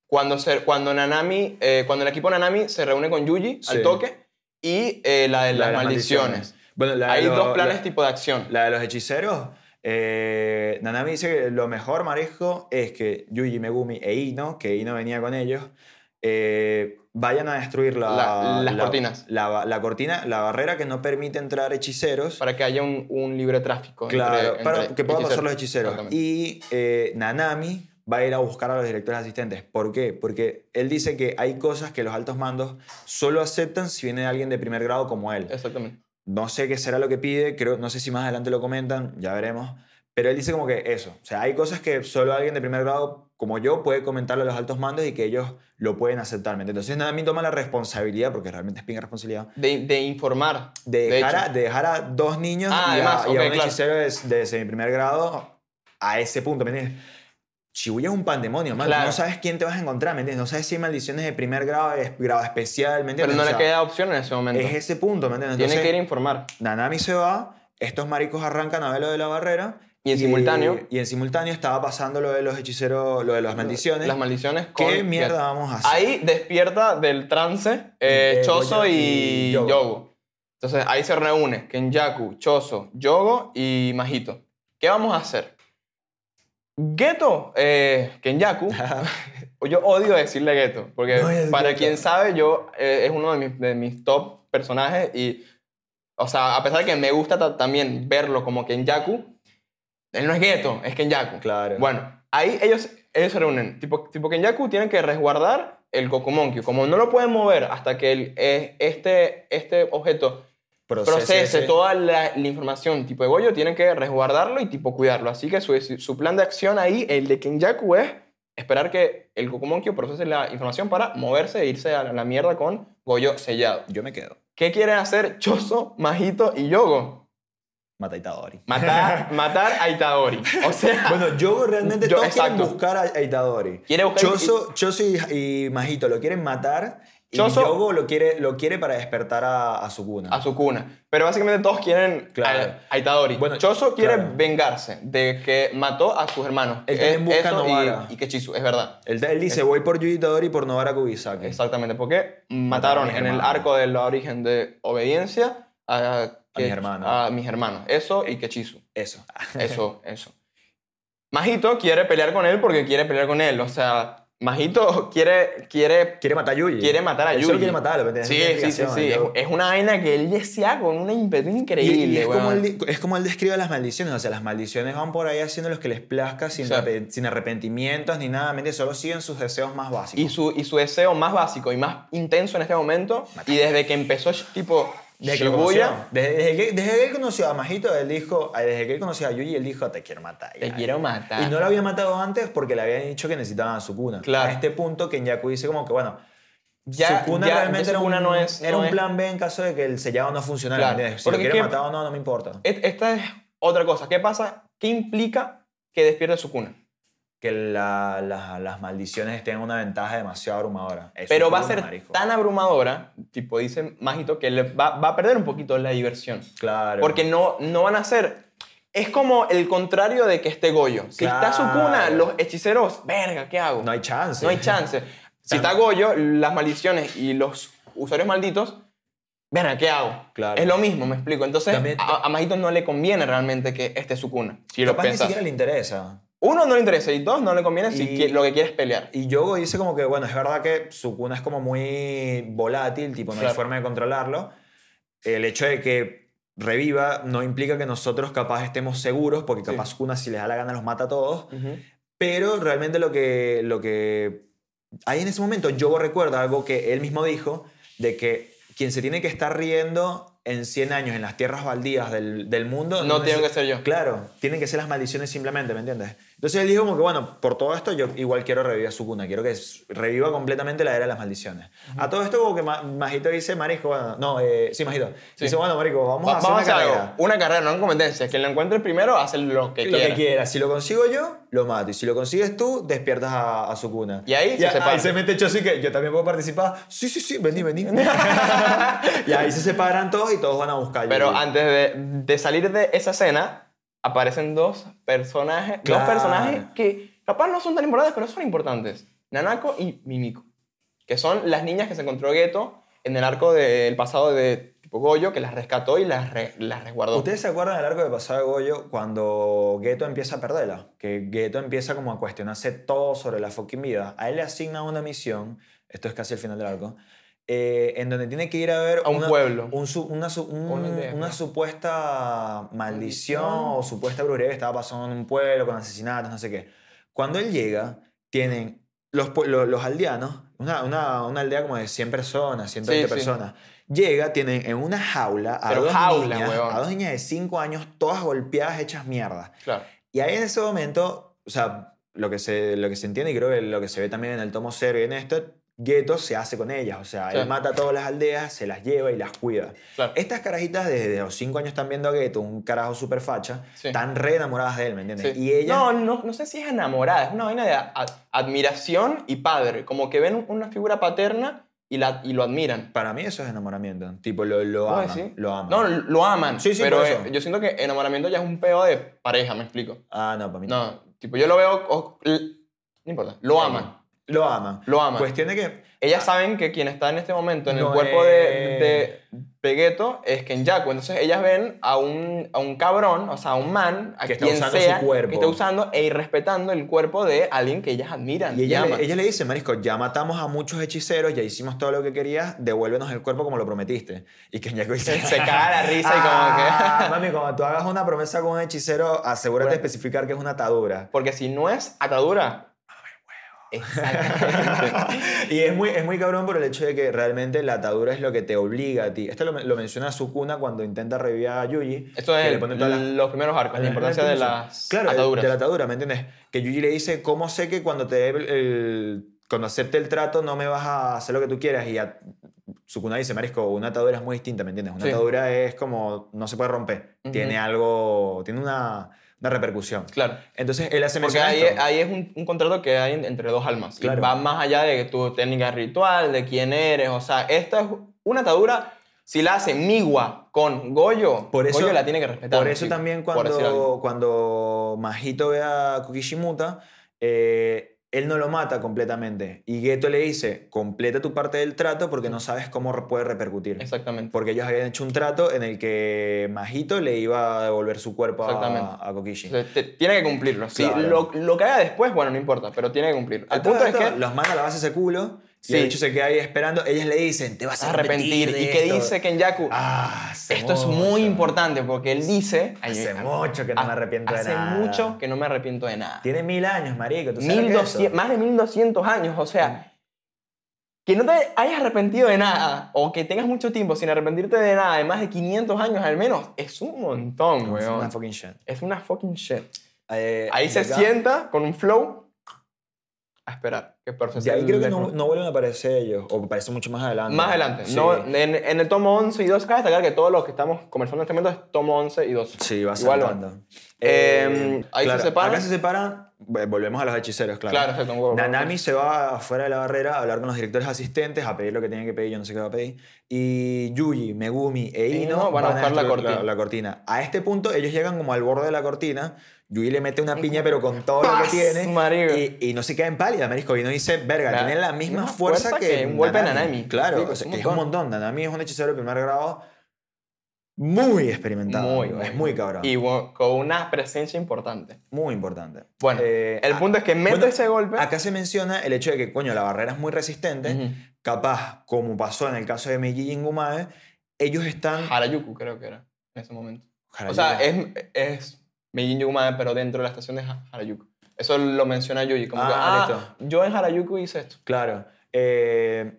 B: cuando, se, cuando, Nanami, eh, cuando el equipo Nanami se reúne con Yuji al
A: Sí.
B: toque, y eh, la de
A: La
B: las
A: de las
B: maldiciones.
A: maldiciones. Bueno, la de
B: Hay
A: lo-
B: dos planes
A: la-
B: tipo de acción.
A: La de los hechiceros, eh, Nanami dice que lo mejor, Marisco, es que Yuji, Megumi e Ino, que Ino venía con ellos, eh, vayan a destruir la,
B: La- las cortinas.
A: La, la cortina, la barrera que no permite entrar hechiceros.
B: para que haya un, un libre tráfico. entre-
A: claro, para
B: entre
A: que puedan pasar los
B: hechiceros.
A: hechiceros.
B: Exactamente.
A: Y eh, Nanami va a ir a buscar a los directores asistentes. ¿Por qué? Porque él dice que hay cosas que los altos mandos solo aceptan si viene alguien de primer grado como él.
B: Exactamente.
A: No sé qué será lo que pide, creo, no sé si más adelante lo comentan, ya veremos. Pero él dice como que eso, o sea, hay cosas que solo alguien de primer grado como yo puede comentarle a los altos mandos y que ellos lo pueden aceptar. ¿me entiendes? Entonces Nanami toma la responsabilidad, porque realmente es pinga responsabilidad,
B: De, de informar.
A: de
B: de
A: dejar,
B: hecho.
A: a, de dejar a dos niños
B: Ah,
A: y, a-
B: además,
A: y a,
B: ok,
A: un
B: claro.
A: hechicero de, de semiprimer grado a ese punto, ¿me entiendes? Shibuya es un pandemonio, man.
B: Claro.
A: No sabes quién te vas a encontrar, ¿me entiendes? No sabes si hay maldiciones de primer grado, de grado especial, ¿me
B: Pero
A: entiendes?
B: no
A: O
B: le
A: sea,
B: queda opción en ese momento.
A: es ese punto, ¿me entiendes?
B: Tiene
A: Entonces-
B: que ir a informar.
A: Nanami se va, estos maricos arrancan a ver lo de la barrera.
B: Y en simultáneo-
A: Y en simultáneo estaba pasando lo de los hechiceros, lo de las maldiciones.
B: Las maldiciones. con-
A: ¿Qué mierda vamos a hacer?
B: Ahí despierta del trance eh,
A: Eh,
B: Choso
A: Goyo
B: y
A: y Yogo.
B: Yogo. Entonces ahí se reúne Kenjaku, Choso, Yogo y Majito. ¿Qué vamos a hacer? Geto, eh, Kenjaku, yo odio decirle Geto, porque
A: No es
B: para
A: Geto.
B: quien sabe, yo eh, es uno de mis, de mis top personajes y, o sea, a pesar de que me gusta ta- también verlo como Kenjaku, él no es Geto, es Kenjaku.
A: Claro.
B: Bueno, ahí ellos, ellos se reúnen. Tipo, tipo Kenyaku tienen que resguardar el Gokumonkyu. Como no lo pueden mover hasta que el, eh, este, este objeto
A: Procese
B: procese
A: ese-
B: toda la, la información tipo de Goyo, tienen que resguardarlo y tipo cuidarlo. Así que su, su plan de acción ahí, el de Kenyaku, es esperar que el Gokumonkyu procese la información para moverse e irse a la, la mierda con Goyo sellado.
A: Yo me quedo.
B: ¿Qué quieren hacer Choso, Majito y Yogo?
A: Mata a Itadori.
B: Matar, matar a Itadori. O sea,
A: Bueno, Yogo realmente
B: Yo-
A: todos quieren
B: exacto.
A: buscar a, a Itadori.
B: Quiere buscar-
A: Choso, Choso y, y Majito lo quieren matar. Y
B: Choso-
A: Yogo lo quiere, lo quiere para despertar a, a su cuna.
B: a su cuna. Pero básicamente todos quieren
A: Claro.
B: a, a Itadori.
A: Bueno,
B: Choso quiere
A: claro.
B: vengarse de que mató a sus hermanos.
A: Él
B: Es-
A: también busca a
B: eso
A: Novara.
B: y, y Kechizu, es verdad.
A: él, él dice, voy por Yu Itadori y por Novara Kubisaki.
B: Exactamente, porque mataron
A: a mis
B: en el
A: hermanos.
B: arco de la origen de obediencia a, Ke-
A: mis hermanos.
B: a mis hermanos. Eso y Kechizu.
A: Eso. Ah,
B: Eso, eso. Majito quiere pelear con él porque quiere pelear con él. O sea, Majito quiere, quiere
A: Quiere matar a Yuji.
B: Quiere matar a
A: Él solo
B: Yuji.
A: quiere matarlo, ¿me entiendes?
B: Sí,
A: No tiene
B: sí, sí,
A: explicación,
B: sí. Es,
A: Yogo.
B: es una vaina que él desea con una ímpetu
A: Y-
B: increíble.
A: Y, es, como
B: weón.
A: él, di- es como él describe las maldiciones. O sea, las maldiciones van por ahí haciendo los que les plazca sin,
B: Exacto.
A: arrepe- sin arrepentimientos ni nada. mente, Solo siguen sus deseos más básicos.
B: Y su, y su deseo más básico y más intenso en este momento, y desde que empezó, tipo,
A: Desde que lo
B: Shibuya.
A: conoció. Desde, desde que, desde que él conoció a Majito, él dijo, ay, desde que él conoció a Yuji, él dijo, te quiero matar.
B: Te
A: ya".
B: quiero matar.
A: Y no lo había matado antes porque le habían dicho que necesitaban a Sukuna.
B: Claro.
A: A este punto, Kenyaku dice como que, bueno,
B: Ya-
A: Sukuna
B: ya- ya
A: realmente era,
B: Sukuna
A: un,
B: no es-
A: era
B: no
A: un
B: es-
A: plan B en caso de que el sellado no funcionara.
B: Claro.
A: ¿me entiendes? Si
B: Porque
A: lo
B: es
A: quiere
B: que-
A: matar o no, no me importa.
B: Et- Esta es otra cosa. ¿Qué pasa? ¿Qué implica que despierte su cuna?
A: Que la- las- las maldiciones estén en una ventaja demasiado abrumadora. Es
B: Pero va a
A: Sukuna,
B: ser
A: marico.
B: tan abrumadora, tipo dice Majito, que le va, va a perder un poquito la diversión.
A: Claro.
B: Porque no, no van a ser... Es como el contrario de que esté Goyo. Si está su cuna,
A: Claro.
B: los hechiceros, verga, ¿qué hago?
A: no hay chance.
B: No hay chance. Si está Goyo, las maldiciones y los usuarios malditos, verga, ¿qué hago?
A: Claro.
B: Es lo mismo, me explico. Entonces,
A: También-
B: a, a Majito no le conviene realmente que esté su cuna. Si lo
A: Capaz ni
B: piensas.
A: siquiera le interesa.
B: Uno, no le interesa. Y dos, no le conviene si
A: Y-
B: qui- lo que quiere es pelear.
A: Y Yogo dice como que, bueno, es verdad que su cuna es como muy volátil, tipo, no
B: Claro.
A: hay forma de controlarlo. El hecho de que reviva no implica que nosotros capaz estemos seguros, porque
B: Sí.
A: capaz su cuna si les da la gana los mata a todos. Pero realmente lo que, lo que ahí en ese momento Yogo recuerda algo que él mismo dijo, de que quien se tiene que estar riendo en 100 años en las tierras baldías del, del mundo...
B: No
A: tiene
B: tengo que ser yo.
A: Claro, tienen que ser las maldiciones simplemente, ¿me entiendes? Entonces él dijo como que, bueno, por todo esto yo igual quiero revivir a su cuna, quiero que s- reviva completamente la era de las maldiciones. A todo esto como que Ma- Majito dice, Marisco, bueno, no, eh, sí, Majito,
B: Sí.
A: dice, bueno, Marico, vamos
B: Va-
A: a hacer una
B: algo.
A: carrera.
B: Una carrera, no en competencia. Quien lo encuentre primero hace lo que
A: lo
B: quiera.
A: que quiera. Si lo consigo yo, lo mato. Y si lo consigues tú, despiertas a, a su cuna.
B: Y ahí se separan.
A: ahí se mete Chosy que yo también puedo participar. Sí, sí, sí, vení, vení. y ahí se separan todos y todos van a buscar. a
B: Pero
A: Yuji.
B: antes de, de salir de esa escena, aparecen dos personajes.
A: Claro.
B: Dos personajes que capaz no son tan importantes, pero son importantes. Nanako y Mimiko. Que son las niñas que se encontró Gueto en el arco del pasado de tipo Goyo, que las rescató y las, re- las resguardó.
A: ¿Ustedes se acuerdan del arco de pasado de Goyo cuando Geto empieza a perderla? Que Geto empieza como a cuestionarse todo sobre la fucking vida. A él le asignan una misión, esto es casi el final del arco, eh, en donde tiene que ir a ver
B: A un
A: una-
B: pueblo.
A: un su- una, su- un-
B: Una aldea,
A: una
B: ¿no?
A: supuesta maldición
B: Maldición.
A: o supuesta brujería que estaba pasando en un pueblo con asesinatos, no sé qué. Cuando él llega, tienen los, pue- lo- los aldeanos, una, una- una aldea como de 100 personas, 120
B: Sí, sí.
A: personas. Llega, tienen en una jaula a,
B: Pero
A: dos,
B: jaula,
A: niñas,
B: huevón.
A: a dos niñas de 5 años, todas golpeadas, hechas mierda.
B: Claro.
A: Y ahí en ese momento, o sea, lo que se, lo que se entiende y creo que lo que se ve también en el tomo cero y en esto, Gueto se hace con ellas. O sea,
B: Claro.
A: él mata a todas las aldeas, se las lleva y las cuida.
B: Claro.
A: Estas carajitas desde los 5 años están viendo a Gueto, un carajo súper facha,
B: Sí.
A: están re enamoradas de él, ¿me entiendes?
B: Sí.
A: Y ellas...
B: No, no, no sé si es enamorada, es una vaina de a- ad- admiración y padre, como que ven un- una figura paterna y, la, y lo admiran.
A: Para mí eso es enamoramiento. Tipo, lo, lo
B: ¿Puedo
A: aman.
B: decir?
A: Lo aman.
B: No, lo aman,
A: Sí, sí,
B: pero
A: por eso.
B: eh, yo siento que enamoramiento ya es un peo de pareja, me explico.
A: Ah, no, para mí no.
B: No, tipo, yo lo veo, o- l- no importa, lo aman,
A: Lo aman.
B: lo aman.
A: Cuestión de que...
B: Ellas saben que quien está en este momento en el
A: No
B: cuerpo
A: es-
B: de, de Pegueto es Kenyaku, entonces ellas ven a un, a un cabrón, o sea, a un man, a
A: Que está
B: quien
A: usando su
B: sea,
A: cuerpo.
B: que está usando e irrespetando el cuerpo de alguien que ellas admiran.
A: Y ella
B: aman.
A: le, ella le dice, Marisco, ya matamos a muchos hechiceros, ya hicimos todo lo que querías, devuélvenos el cuerpo como lo prometiste. Y Kenyaku dice...
B: Se caga la risa y como
A: "Ah, Mami, cuando tú hagas una promesa con un hechicero, asegúrate de
B: Bueno.
A: especificar que es una atadura.
B: Porque si no es atadura.
A: Ah,
B: Exactamente.
A: y es muy, es muy cabrón por el hecho de que realmente la atadura es lo que te obliga a ti. Esto lo, lo menciona Sukuna cuando intenta revivir a Yuji.
B: Esto
A: que
B: es
A: le pone todas las- Ah,
B: los primeros arcos, la importancia de las
A: Claro, de-
B: ataduras.
A: de la atadura, ¿me entiendes? Que Yuji le dice, ¿cómo sé que cuando te dé el- el- cuando acepte el trato no me vas a hacer lo que tú quieras? Y a, Sukuna dice, Marisco, una atadura es muy distinta, ¿me entiendes? Una
B: Sí.
A: atadura es como, no se puede romper.
B: Ujú.
A: Tiene algo, tiene una, una repercusión.
B: Claro.
A: Entonces él hace
B: Porque
A: mención a
B: ahí,
A: esto.
B: ahí es un, un contrato que hay entre dos almas. Y
A: Claro.
B: va más allá de tu técnica ritual, de quién eres. O sea, esta es una atadura. Si la hace Migua con Goyo,
A: Por eso-
B: Goyo la tiene que respetar.
A: Por eso
B: sí,
A: también
B: por decir algo.
A: cuando, cuando Majito ve a Kukishimuta, eh, él no lo mata completamente. Y Geto le dice, completa tu parte del trato porque no sabes cómo re- puede repercutir.
B: Exactamente.
A: Porque ellos habían hecho un trato en el que Majito le iba a devolver su cuerpo
B: Exactamente.
A: a, a Kokishi.
B: Entonces, te- tiene que cumplirlo. Si
A: Claro.
B: lo, lo que haga después, bueno, no importa, pero tiene que cumplir.
A: Al
B: El punto es que
A: los manda a lavarse ese culo
B: Sí.
A: y el bicho se queda ahí esperando. Ellas le dicen, te vas a
B: arrepentir.
A: arrepentir. de
B: ¿Y qué
A: esto".
B: dice Kenyaku?
A: Ah, hace
B: Esto es
A: mucho.
B: muy importante porque él dice.
A: Hace
B: Ay,
A: mucho que no me
B: ha-
A: arrepiento de
B: hace
A: nada.
B: mucho que no me arrepiento de nada.
A: Tiene mil años, marico. ¿tú sabes lo que es eso? Mm.
B: 1200, más de 1200 años, o sea, que no te hayas arrepentido de nada o que tengas mucho tiempo sin arrepentirte de nada, de más de 500 años al menos, es un montón,
A: Es
B: weón.
A: una fucking shit.
B: Es una fucking shit.
A: Eh,
B: Ahí se
A: llega-
B: sienta con un flow a esperar que procese
A: De ahí
B: el
A: creo que no,
B: récord.
A: no vuelven a aparecer ellos, o aparecen mucho más adelante.
B: Más adelante.
A: Sí,
B: No, en, en el tomo 11 y 12, cabe destacar que todos los que estamos conversando en este momento es tomo 11 y 12.
A: sí va
B: Igual van.
A: saltando.
B: Eh, ahí se
A: claro,
B: separan.
A: Acá se separan, eh, volvemos a los hechiceros, claro.
B: Claro, exacto, un huevo.
A: Nanami se va afuera de la barrera a hablar con los directores asistentes, a pedir lo que tienen que pedir, yo no sé qué va a pedir. Y Yuji, Megumi e
B: Y
A: Ino
B: no, van a buscar la
A: destruir
B: cortina.
A: la cortina. A este punto ellos llegan como al borde de la cortina, Yuji le mete una piña pero con todo lo que
B: ¡Paz,
A: tiene
B: marico!
A: y, y no se queda en pálida, marisco. Y no dice, verga,
B: Claro.
A: tiene la misma
B: Una
A: fuerza,
B: fuerza
A: que,
B: que un golpe de Nanami.
A: Claro,
B: Digo,
A: o sea, que es un montón. Nanami es un hechicero de primer grado muy experimentado.
B: Muy,
A: amigo.
B: muy.
A: es muy cabrón.
B: Y bueno, con una presencia importante.
A: Muy importante.
B: Bueno,
A: Eh,
B: el
A: a-
B: punto es que mete
A: bueno,
B: ese golpe.
A: Acá se menciona el hecho de que, coño, la barrera es muy resistente.
B: Ujú.
A: Capaz, como pasó en el caso de Meiji Ingumae, ellos están...
B: Harajuku creo que era en ese momento.
A: Ojalá
B: O sea,
A: llegue.
B: es, es Meijin Yugumae, pero dentro de la estación de Ha- Harajuku. Eso lo menciona Yuji. Como que,
A: Ah,
B: ah, yo en Harajuku hice esto.
A: Claro. Eh,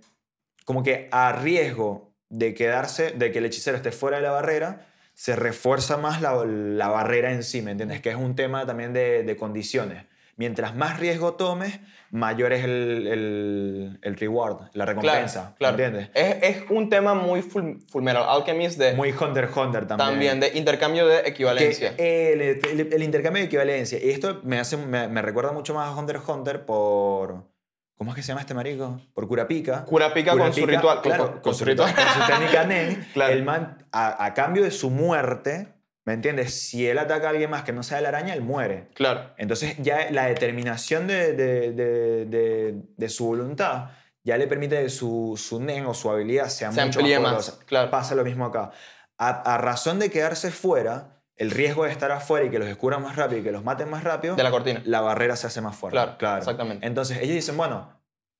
A: como que a riesgo de quedarse, de que el hechicero esté fuera de la barrera, se refuerza más la, la barrera en sí, ¿me entiendes? Que es un tema también de, de condiciones. Mientras más riesgo tomes, mayor es el, el- el reward, la recompensa,
B: claro, claro.
A: ¿me entiendes?
B: Es, es un tema muy full, full metal. Alchemist de,
A: Muy Hunter x Hunter también.
B: también, de intercambio de equivalencia.
A: Que eh, el, el- el intercambio de equivalencia. Y esto me, hace, me, me recuerda mucho más a Hunter x Hunter por. ¿Cómo es que se llama este marico? Por Curapica.
B: Curapica con su ritual. con-
A: claro,
B: con,
A: con su ritual. Con su técnica Nen.
B: Claro.
A: El man, a, a cambio de su muerte, ¿me entiendes? Si él ataca a alguien más que no sea la araña, él muere.
B: claro.
A: Entonces ya la determinación de, de, de, de- de su voluntad ya le permite que su, su nen o su habilidad sea
B: Se
A: mucho
B: amplía
A: más
B: más,
A: poderosa.
B: claro.
A: Pasa lo mismo acá. A, a razón de quedarse fuera, el riesgo de estar afuera y que los descubran más rápido y que los maten más rápido,
B: De la cortina.
A: la barrera se hace más fuerte.
B: Claro, exactamente.
A: Entonces ellos dicen, bueno,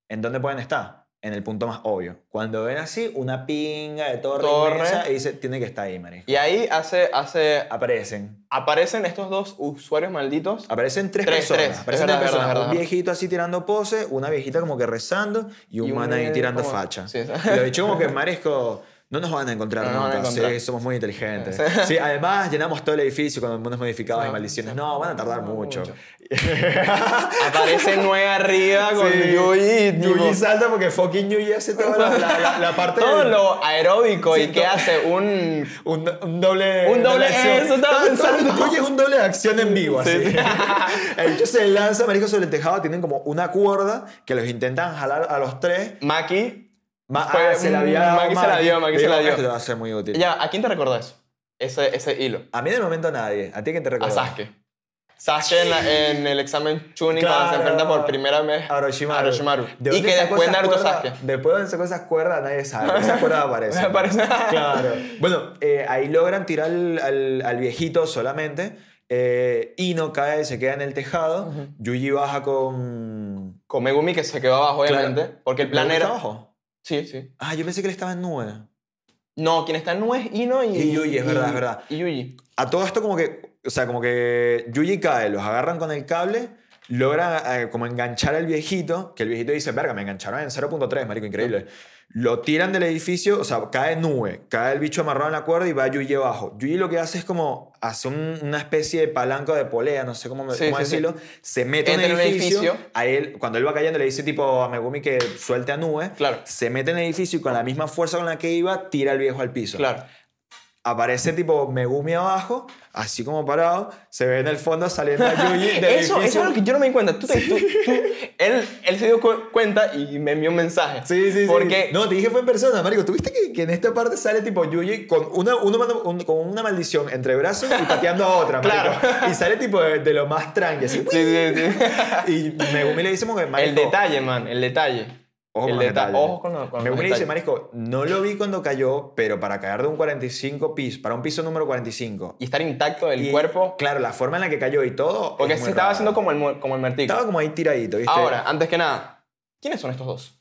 A: ¿en dónde pueden estar? En el punto más obvio. Cuando ven así, una pinga de torre,
B: Torre.
A: inmensa, y dice, tiene que estar ahí, marico.
B: Y ahí hace, hace,
A: Aparecen.
B: aparecen estos dos usuarios malditos.
A: Aparecen tres,
B: Tres,
A: personas.
B: tres.
A: Aparecen tres
B: Es verdad, verdad,
A: personas.
B: verdad,
A: un
B: verdad.
A: viejito así tirando pose, una viejita como que rezando y un
B: Y un
A: man ahí
B: nene
A: tirando
B: como-
A: facha.
B: Sí, sí.
A: Y lo dicho como que maresco. No nos van a encontrar
B: No nos
A: nunca,
B: van a encontrar.
A: sí, somos muy inteligentes.
B: Sí.
A: Sí, además llenamos todo el edificio con mundos modificados y
B: Sí.
A: maldiciones. No, van a tardar mucho.
B: Mucho. Aparece nueve arriba con Yuji. tipo,
A: Yuji salta porque fucking Yuji hace toda la, la- la- la parte
B: todo
A: del-
B: lo aeróbico
A: Sí,
B: y que
A: todo.
B: hace un...
A: un, do- un doble
B: Un doble-
A: acción.
B: eso estaba
A: Todo- todo-
B: pensando.
A: Yuji es un doble de acción en vivo así.
B: Sí.
A: el bicho se lanza marico sobre el tejado tienen como una cuerda que los intentan jalar a los tres
B: Maki.
A: Ma-
B: Fue-
A: ah, se la había dado
B: Maki se la dio, Maki
A: Le
B: se
A: digo,
B: la dio.
A: Esto te va a ser muy útil.
B: Ya, ¿a quién te recuerda eso? Ese, ese hilo.
A: A mí de momento a nadie. ¿A ti quién te
B: A
A: recuerda?
B: Sasuke. Sasuke en, la- en el examen Chunin cuando se
A: Claro.
B: enfrenta por primera vez
A: A Orochimaru.
B: a Orochimaru.
A: ¿De
B: Y
A: dónde
B: que
A: sacó
B: después
A: esas
B: Naruto
A: cuerdas?
B: Sasuke.
A: Después de donde sacó esas cuerdas nadie sabe. Esas cuerdas aparecen.
B: Aparecen.
A: Claro. Bueno, eh, ahí logran tirar al, al- al viejito solamente. Eh, Ino cae, se queda en el tejado. Yuji baja con...
B: Con Megumi que se quedó abajo,
A: Claro.
B: obviamente. Porque el plan
A: ¿Megumi está
B: era...
A: abajo?
B: Sí, sí.
A: Ah, yo pensé que él estaba en nube.
B: No, quien está en nube es Ino y...
A: Y Yuji, es verdad, es verdad.
B: Y Yuji.
A: A todo esto como que, o sea, como que Yuji cae, los agarran con el cable, logra eh, como enganchar al viejito, que el viejito dice, verga, me engancharon en 0.3, marico, increíble. Lo tiran del edificio, o sea, cae nube, cae el bicho amarrado en la cuerda y va Yuji abajo. Yuji lo que hace es como, hace un- una especie de palanca o de polea, no sé cómo, me-
B: Sí,
A: cómo
B: sí, sí.
A: decirlo, se mete en
B: Entra
A: el
B: en el
A: edificio,
B: edificio.
A: a él, cuando él va cayendo le dice tipo a Megumi que suelte a nube,
B: Claro.
A: se mete en el edificio y con la misma fuerza con la que iba, tira al viejo al piso
B: Claro.
A: aparece tipo Megumi abajo, así como parado, se ve en el fondo saliendo a Yuji del
B: Eso, eso es
A: edificio.
B: algo que yo no me di cuenta. Tú, te- tú- tú- él, él se dio cu- cuenta y me envió un mensaje.
A: Sí, sí, sí.
B: Porque
A: No, te dije fue en persona, marico. ¿Tú viste que, que en esta parte sale tipo Yuji con una, uno manda- un- con una maldición entre brazos y pateando a otra,
B: Claro.
A: marico? Y sale tipo de, de lo más tranqui, así.
B: Sí, sí, sí.
A: Y Megumi le dice como que, marico...
B: El detalle, man, el detalle.
A: Ojo
B: el
A: con los
B: deta-
A: detalles.
B: Ojo con, lo- con los
A: Megumi le dice,
B: detalles.
A: marico, no lo vi cuando cayó, pero para caer de un 45 piso, para un piso número 45...
B: Y estar intacto del
A: y,
B: cuerpo.
A: Claro, la forma en la que cayó y todo...
B: Porque
A: es
B: se
A: muy
B: estaba
A: rara.
B: haciendo como el, mu- como el martillo.
A: Estaba como ahí tiradito, ¿viste?
B: Ahora, antes que nada, ¿quiénes son estos dos?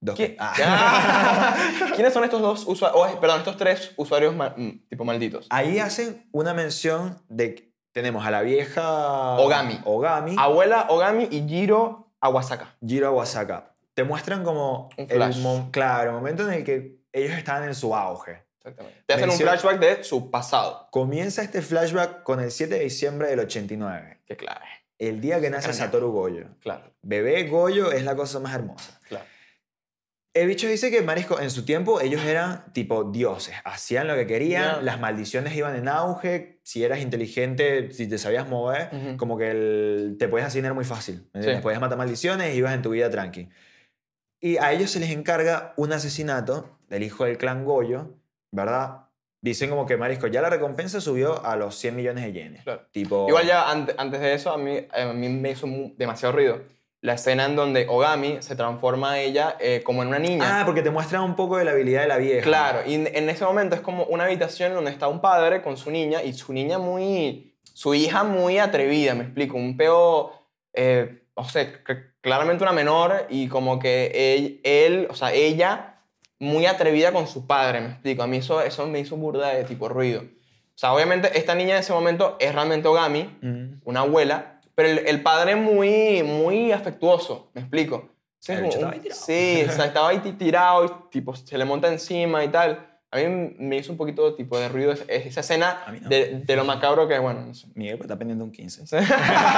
A: Dos.
B: ¿Qui-
A: Ah.
B: ¿Quiénes son estos dos usuarios? perdón, estos tres usuarios ma- mm, tipo malditos.
A: Ahí hacen una mención de que tenemos a la vieja
B: Ogami. Ah.
A: Ogami,
B: Abuela Ogami y Jiro Awasaka.
A: Jiro Awasaka. te muestran como
B: Un flash.
A: el mom- claro, el momento en el que ellos estaban en su auge.
B: Exactamente. Te hacen un
A: Mención-
B: flashback de su pasado.
A: Comienza este flashback con el 7 de diciembre del 89,
B: Que clave.
A: el día que nace Satoru Goyo.
B: Claro,
A: Bebé Goyo es la cosa más hermosa.
B: claro.
A: El bicho dice que, marisco, en su tiempo ellos eran tipo dioses, hacían lo que querían,
B: Ya.
A: las maldiciones iban en auge, si eras inteligente, si te sabías mover,
B: Ujú.
A: como que el- te podías hacer dinero muy fácil, ¿me entiendes?
B: Sí.
A: podías matar maldiciones y ibas en tu vida tranqui. Y a ellos se les encarga un asesinato del hijo del clan Goyo, ¿verdad? Dicen como que, marisco, ya la recompensa subió a los 100 millones de yenes.
B: Claro.
A: Tipo,
B: Igual ya ante- antes de eso, a mí, eh, a mí me hizo mu- demasiado ruido la escena en donde Ogami se transforma a ella eh, como en una niña.
A: Ah, porque te muestran un poco de la habilidad de la vieja.
B: claro, y en, en ese momento es como una habitación donde está un padre con su niña y su niña muy... Su hija muy atrevida, me explico. Un peo, eh, no sé, cl- claramente una menor y como que él, él, o sea, ella muy atrevida con su padre, me explico. A mí eso, eso me hizo burda de tipo ruido. O sea, obviamente esta niña en ese momento es realmente Ogami,
A: Mm.
B: una abuela, pero el, el padre muy, muy afectuoso, me explico. Sí,
A: El
B: como
A: bicho
B: un-
A: estaba ahí tirado.
B: sí, o sea, estaba ahí ti- tirado, y, tipo, se le monta encima y tal. A mí me hizo un poquito tipo, de ruido es- es- esa escena
A: A mí no.
B: de, de lo macabro que, bueno, no sé.
A: Miguel pues, está pendiente un 15.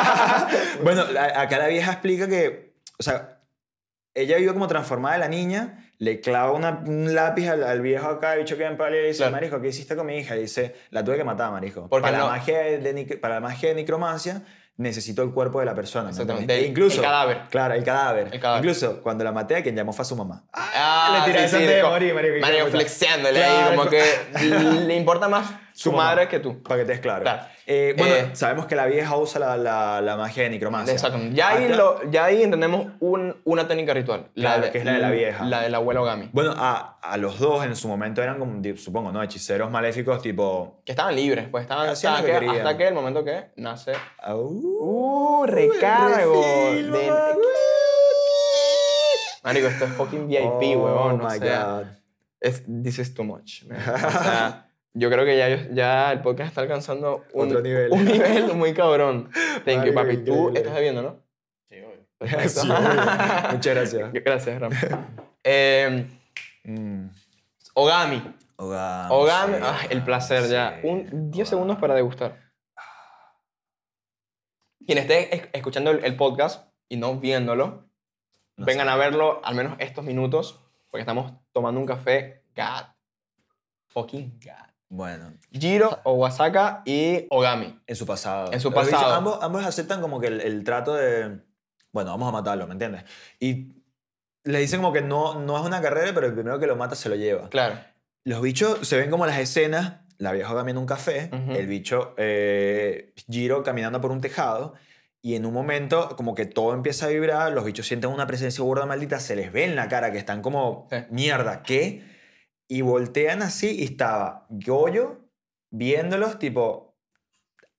A: bueno, la- acá la vieja explica que, o sea, ella vio como transformada de la niña, le clava una- un lápiz al, al viejo acá, el bicho queda en palo y le dice,
B: Claro.
A: Marico, ¿qué hiciste con mi hija? Y dice, la tuve que matar, Marico.
B: Porque
A: para,
B: no-
A: la magia de, de nic- para la magia de necromancia necesito el cuerpo de la persona. ¿me
B: Exactamente,
A: entiendes?
B: el-
A: E incluso,
B: el cadáver.
A: Claro, el cadáver.
B: El cadáver.
A: Incluso cuando la maté, a quien llamó fue a su mamá. Ah,
B: Ah,
A: le tiré antes de
B: co-
A: morir, marico, qué
B: marico,
A: puta.
B: flexiándole ahí,
A: Claro,
B: como
A: co-
B: que le importa más su
A: Su mamá.
B: madre que tú.
A: para que te des claro.
B: Claro.
A: Eh, bueno,
B: Eh,
A: sabemos que la vieja usa la, la- la magia de necromancia.
B: Exactamente. Ya ahí,
A: Acá-
B: lo- ya ahí entendemos un- una técnica ritual.
A: Claro,
B: de-
A: que es la de la vieja.
B: La del abuelo Gami.
A: Bueno, a, a los dos en su momento eran como, di- supongo, ¿no? Hechiceros maléficos tipo...
B: Que estaban libres, pues estaban
A: Hacían lo
B: hasta
A: que
B: que,
A: querían.
B: hasta que el momento que nace
A: "Au,
B: ¡Uh!
A: el
B: ¡Recargo!
A: refil,
B: de-
A: mamá".
B: Marico, esto es fucking VIP,
A: Oh,
B: huevón. o
A: my
B: sea,
A: God.
B: es- this is too much. man. O sea, yo creo que ya, yo- ya el podcast está alcanzando un,
A: Otro nivel.
B: un nivel muy cabrón. Thank you,
A: Marico,
B: papi. Tú
A: increíble.
B: estás bebiendo, ¿no?
A: Sí, obvio. Muchas gracias.
B: Gracias, Ram. Eh,
A: Mm.
B: Ogami.
A: Ogami.
B: Ogami.
A: sí,
B: ah, el placer
A: sí, Ah.
B: ya. Un 10
A: Ogami.
B: segundos para degustar. Quien esté es- escuchando el- el podcast y no viéndolo,
A: No
B: vengan
A: sé.
B: a verlo al menos estos minutos, porque estamos tomando un café God. Fucking God.
A: Bueno,
B: Jiro, Owasaka y Ogami.
A: en su pasado.
B: En su
A: Lo que dice,
B: pasado.
A: ambos, ambos aceptan como que el, el trato de... Bueno, vamos a matarlo, ¿me entiendes? Y le dicen como que no, no es una carrera, pero el primero que lo mata se lo lleva.
B: Claro.
A: Los bichos se ven como las escenas, la vieja caminando en un café,
B: Ujú.
A: el bicho eh, Giro caminando por un tejado, y en un momento como que todo empieza a vibrar, los bichos sienten una presencia gorda maldita, se les ve en la cara que están como,
B: Sí.
A: mierda, ¿qué? Y voltean así y estaba Goyo viéndolos, tipo,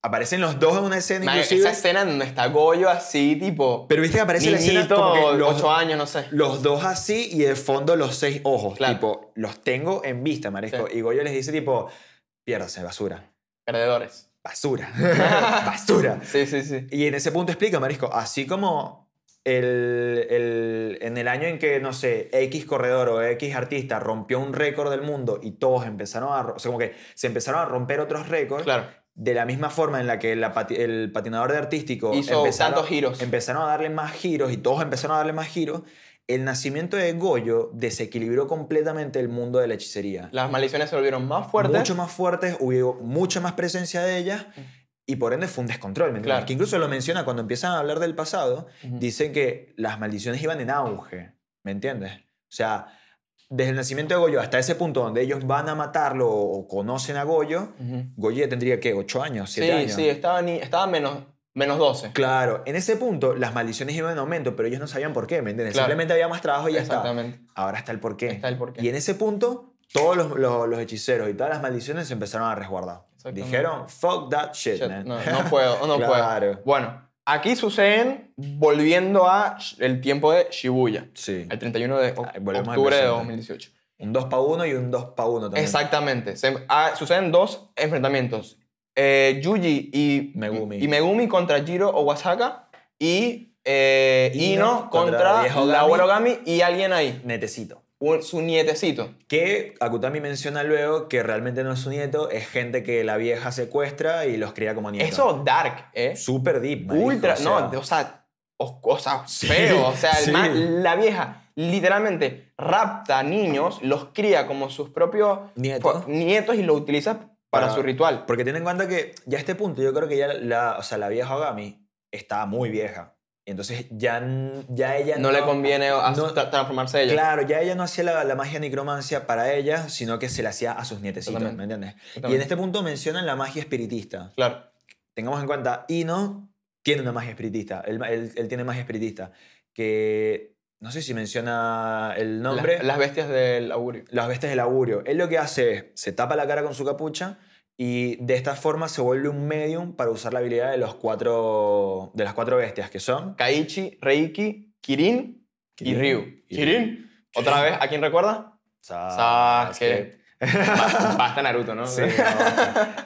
A: aparecen los dos en una escena
B: Marico,
A: inclusive,
B: esa escena donde está Goyo así, tipo.
A: pero viste que aparece la escena
B: niñito,
A: como que los,
B: 8 años, no sé.
A: los dos así y de fondo los seis ojos.
B: Claro.
A: Tipo, los tengo en vista, Maresco.
B: Sí.
A: Y Goyo les dice, tipo, piérdase, basura.
B: Perdedores.
A: Basura. basura.
B: Sí, sí, sí.
A: Y en ese punto explica, Marisco, así como el, el- en el año en que, no sé, X corredor o X artista rompió un récord del mundo y todos empezaron a, ro- o sea, como que se empezaron a romper otros récords,
B: Claro.
A: de la misma forma en la que la pati- el patinador de artístico
B: Hizo tantos giros.
A: empezaron a darle más giros y todos empezaron a darle más giros, el nacimiento de Goyo desequilibró completamente el mundo de la hechicería.
B: Las maldiciones se volvieron más fuertes.
A: Mucho más fuertes, hubo mucha más presencia de ellas y por ende fue un descontrol. ¿me entiendes?
B: Mm. Claro. Mm.
A: Que incluso lo menciona cuando empiezan a hablar del pasado,
B: Ujú.
A: dicen que las maldiciones iban en auge, ¿me entiendes? O sea, desde el nacimiento de Goyo hasta ese punto donde ellos van a matarlo o, o conocen a Goyo,
B: Ujú.
A: Goyo ya tendría, ¿qué? ¿8 años? ¿7
B: Sí,
A: años?
B: sí, estaba, ni, estaba menos, menos 12.
A: Claro, en ese punto las maldiciones iban en aumento, pero ellos no sabían por qué, ¿me entiendes?
B: Claro.
A: Simplemente había más trabajo y ya está.
B: Exactamente.
A: Ahora está el porqué.
B: Está el porqué.
A: Y en ese punto, todos los, los- los hechiceros y todas las maldiciones se empezaron a resguardar.
B: Exactamente.
A: Dijeron, fuck that shit,
B: Shit,
A: man.
B: No, no puedo, no puedo.
A: Claro.
B: Bueno, aquí suceden, volviendo a sh- el tiempo de Shibuya,
A: Sí.
B: el 31 de oc-
A: Ah, volvemos al
B: octubre de
A: presente.
B: 2018.
A: Un 2 para 1 y un 2 para 1 también.
B: Exactamente. Se- ah, suceden dos enfrentamientos. Eh, Yuji y
A: Megumi.
B: y Megumi contra Jiro Owasaka y eh, Ino,
A: Ino contra
B: contra,
A: Viejo
B: la
A: Gami.
B: abuelo Gami y alguien ahí,
A: Netecito.
B: un- su nietecito.
A: Que Akutami menciona luego que realmente no es su nieto, es gente que la vieja secuestra y los cría como nietos.
B: Eso dark, ¿eh?
A: Súper deep, marico,
B: Ultra,
A: o sea,
B: no, o sea, os- o sea, feo, o sea, el
A: sí.
B: man- la vieja literalmente rapta niños, los cría como sus propios
A: Nietos.
B: fo- nietos y los utiliza para,
A: Para-
B: su ritual.
A: Porque ten en cuenta que ya a este punto yo creo que ya la, o sea, la vieja Ogami está muy vieja. Y entonces ya, n- ya ella
B: No le conviene a-
A: no-
B: tra- transformarse ella.
A: Claro, ya ella no hacía la, la magia necromancia para ella, sino que se la hacía a sus nietecitos,
B: Totalmente.
A: ¿me entiendes? Y en
B: Exactamente.
A: este punto mencionan la magia espiritista.
B: Claro.
A: Tengamos en cuenta, Ino tiene una magia espiritista, él, él- él tiene magia espiritista, que no sé si menciona el nombre.
B: Las, las bestias del augurio.
A: las bestias del augurio. Él lo que hace es, se tapa la cara con su capucha y de esta forma se vuelve un medium para usar la habilidad de, los cuatro, de las cuatro bestias, que son...
B: Kaichi, Reiki, Kirin, y Ryu. ¿Kirin? ¿Otra vez? ¿A quién recuerda? Sasuke. Ba- Basta Naruto, ¿no?
A: Sí, no.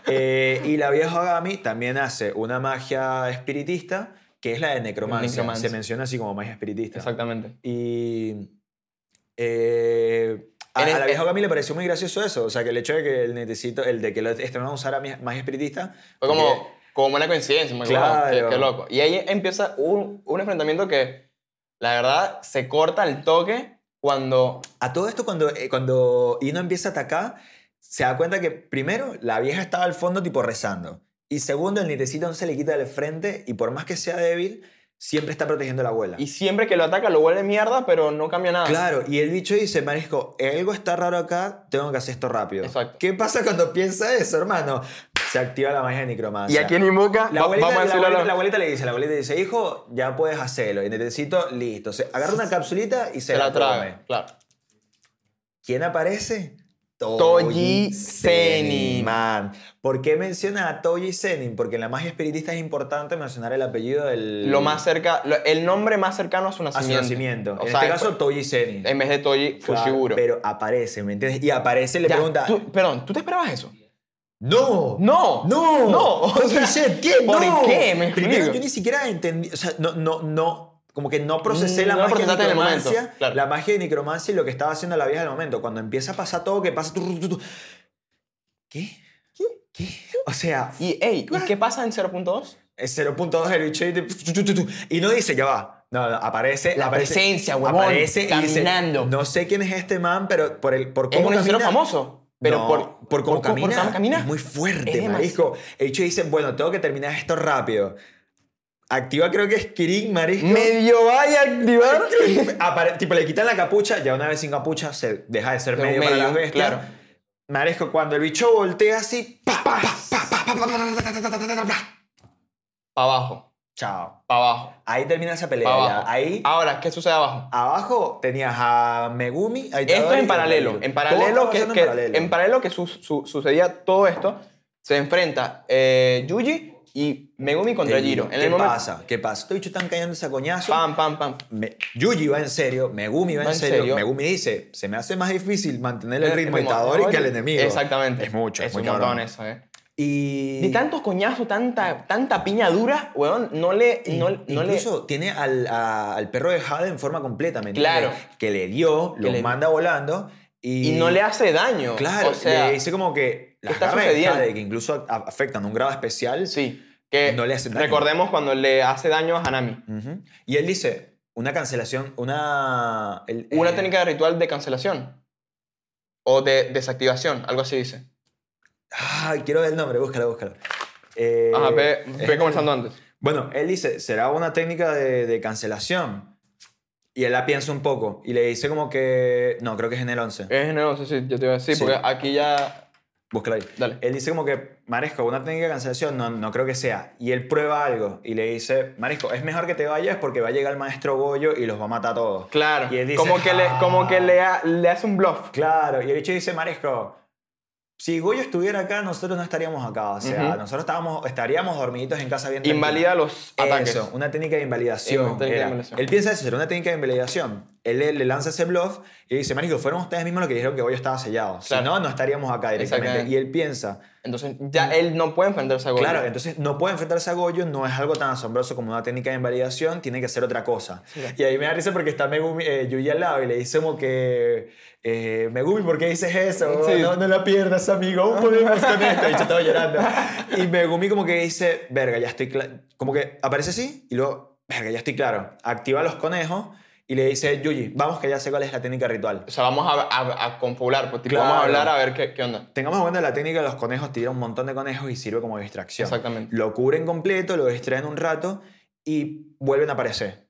A: Eh, y la vieja Agami también hace una magia espiritista, que es la de necromancia.
B: Necromancia.
A: Se menciona así como magia espiritista.
B: Exactamente.
A: Y... eh, a,
B: En
A: a
B: el- e
A: la vieja Agami le pareció muy gracioso eso. O sea, que el hecho de que el netecito, el de que lo- este no usara mi- magia espiritista... eh,
B: Fue como,
A: porque-
B: como una coincidencia, me
A: Claro.
B: qué, qué loco. Y ahí empieza un, un enfrentamiento que, la verdad, se corta el toque cuando...
A: A todo esto, cuando, eh, cuando Ino empieza a atacar, se da cuenta que, primero, la vieja estaba al fondo, tipo rezando. Y segundo, el nietecito no se le quita del frente y por más que sea débil, siempre está protegiendo a la abuela.
B: Y siempre que lo ataca lo vuelve mierda, pero no cambia nada.
A: claro, y el bicho dice, Marisco, algo está raro acá, tengo que hacer esto rápido.
B: Exacto.
A: ¿Qué pasa cuando piensa eso, hermano? Se activa la magia de necromancia.
B: ¿Y a quién invoca?
A: La
B: Va-
A: abuelita,
B: vamos
A: la
B: a decirlo a
A: abuelita-
B: los-
A: la abuelita le dice, la abuelita le dice, hijo, ya puedes hacerlo. Y el nietecito, listo. Se agarra una capsulita y se,
B: se
A: la,
B: la traga.
A: come.
B: Claro.
A: ¿Quién aparece?
B: Toji Senin.
A: Man. ¿Por qué menciona a Toji Senin? Porque en la magia espiritista es importante mencionar el apellido del.
B: Lo más cerca, lo- el nombre más cercano a su
A: A su
B: nacimiento.
A: nacimiento.
B: O
A: en
B: sea, em,
A: este caso, Toji Senin.
B: En vez de Toji,
A: Claro,
B: Fushiguro.
A: Pero aparece, ¿me entiendes? Y aparece y le
B: Ya,
A: pregunta.
B: tú- perdón, ¿tú te esperabas eso?
A: ¡No!
B: ¡No!
A: ¡No!
B: ¡No! O
A: Toji
B: sea,
A: Senin, ¿qué?
B: ¿por
A: ¡No!
B: qué? Me
A: Primero,
B: explico.
A: yo ni siquiera entendí. O sea, no, no, no. Como que no procesé
B: Mm,
A: la
B: no lo
A: magia de
B: procesaste en el
A: necromancia.
B: momento, claro.
A: La magia de necromancia y lo que estaba haciendo la vieja en el momento. Cuando empieza a pasar todo, que pasa. tu, tu, tu, tu. ¿Qué?
B: ¿Qué?
A: ¿Qué? O sea,
B: Y, ey, ¿y qué pasa en 0.2?
A: es 0.2 el bicho y, te- tu, tu, tu, tu. y no dice, ya va. No, no, aparece.
B: La
A: aparece,
B: presencia, huevón,
A: Aparece y dice,
B: caminando.
A: no sé quién es este man, pero por, el, por
B: Es
A: cómo
B: un hechicero
A: camina-
B: famoso. Pero
A: No,
B: por,
A: por cómo
B: por
A: camina,
B: cómo camina.
A: Es muy fuerte,
B: Es
A: marisco. El bicho dice, bueno, tengo que terminar esto rápido. Activa creo que es Kirin, marisco.
B: Medio vaya a activar.
A: Apare- tipo, le quitan la capucha, ya una vez sin capucha se deja de ser
B: De un
A: medio, para
B: medio,
A: las bestias.
B: claro.
A: Marisco, cuando el bicho voltea así, pa, pa, pa, pa, pa, pa, pa, pa, pa, pa, pa, pa, pa, pa.
B: Para abajo,
A: Chao.
B: para abajo,
A: Ahí termina esa pelea.
B: para
A: ya.
B: abajo. Ah.
A: Ahí,
B: Ahora, ¿qué sucede abajo?
A: abajo tenías a Megumi. a Itadori
B: Esto
A: y
B: en
A: a
B: paralelo.
A: Kaoru.
B: En
A: Todo
B: paralelo
A: estaba
B: que,
A: pasando
B: que-
A: en paralelo.
B: en paralelo que su- su- sucedía todo esto, se enfrenta eh, Yuji y Megumi contra
A: Ey,
B: Jiro. En
A: ¿Qué
B: el momento,
A: pasa? ¿Qué pasa? Estos bichos están cayendo esa coñazo.
B: Pam, pam, pam.
A: Me- Yuji va en serio, Megumi va, en serio. Megumi dice, se me hace más difícil mantener el ritmo de Itadori que el enemigo.
B: Exactamente.
A: Es mucho, es,
B: es
A: muy
B: un montón
A: cabrón.
B: eso, eh.
A: Y...
B: De tantos coñazos, tanta, tanta piña dura, weón, no le. No, no le
A: Incluso tiene al, a- al perro de Jade en forma completa, ¿me
B: Claro.
A: entiendes? Que le dio,
B: Que
A: lo
B: le-
A: manda volando y...
B: y no le hace daño.
A: Claro,
B: o sea,
A: le dice como que las
B: está
A: garras de
B: sucediendo?
A: Jade, que incluso a- afectan a un grado especial,
B: Sí. Que
A: No le hace daño.
B: Recordemos cuando le hace daño a Hanami.
A: Ujú. Y él dice, una cancelación, una... el-
B: Una
A: eh,
B: técnica de ritual de cancelación. O de desactivación, algo así dice.
A: Ah, quiero ver el nombre, búscalo, búscalo. Eh,
B: Ajá, ve, ve comenzando antes.
A: Bueno, él dice, será una técnica de, de cancelación. Y él la piensa un poco y le dice como que... No, creo que es en el 11.
B: Es no sé si yo te iba a decir,
A: Sí.
B: porque aquí ya.
A: Búscalo ahí.
B: Dale.
A: Él dice como que, Maresco, una técnica de cancelación, no, no creo que sea. Y él prueba algo y le dice, Maresco, es mejor que te vayas porque va a llegar el maestro Goyo y los va a matar a todos.
B: Claro.
A: Y él dice,
B: como que, le, como que
A: "Ah".
B: le, ha- le hace un bluff.
A: Claro, y el bicho dice, Maresco, si Goyo estuviera acá, nosotros no estaríamos acá. O sea,
B: Ujú.
A: nosotros estábamos, estaríamos dormiditos en casa bien tranquilos".
B: Invalida los ataques.
A: Eso, una técnica de invalidación.
B: Una técnica de
A: era.
B: invalidación.
A: Él piensa eso, era una técnica de invalidación. él le, le lanza ese bluff y dice, marico, fueron ustedes mismos los que dijeron que hoy estaba sellado.
B: Claro.
A: Si no, no estaríamos acá directamente.
B: Exactamente.
A: Y él piensa,
B: Entonces ya él no puede enfrentarse a Goyo.
A: Mm. Claro, entonces no puede enfrentarse a Goyo, no es algo tan asombroso como una técnica de invalidación, tiene que hacer otra cosa. Y ahí me da risa porque está Megumi, eh, Yuji al lado y le dice como que, eh, Megumi, ¿por qué dices eso?
B: Sí.
A: No, no la pierdas, amigo, aún podemos con esto. Y yo estaba llorando. Y Megumi como que dice, verga, ya estoy claro. Como que aparece así y luego, verga, ya estoy claro. Activa los conejos y le dice, Yuji, vamos que ya sé cuál es la técnica ritual.
B: O sea, vamos a, a, a confabular, pues, tipo,
A: Claro.
B: vamos a hablar a ver qué, qué onda.
A: Tengamos en cuenta la técnica de los conejos, tira un montón de conejos y sirve como distracción.
B: Exactamente.
A: Lo cubren completo, lo distraen un rato y vuelven a aparecer.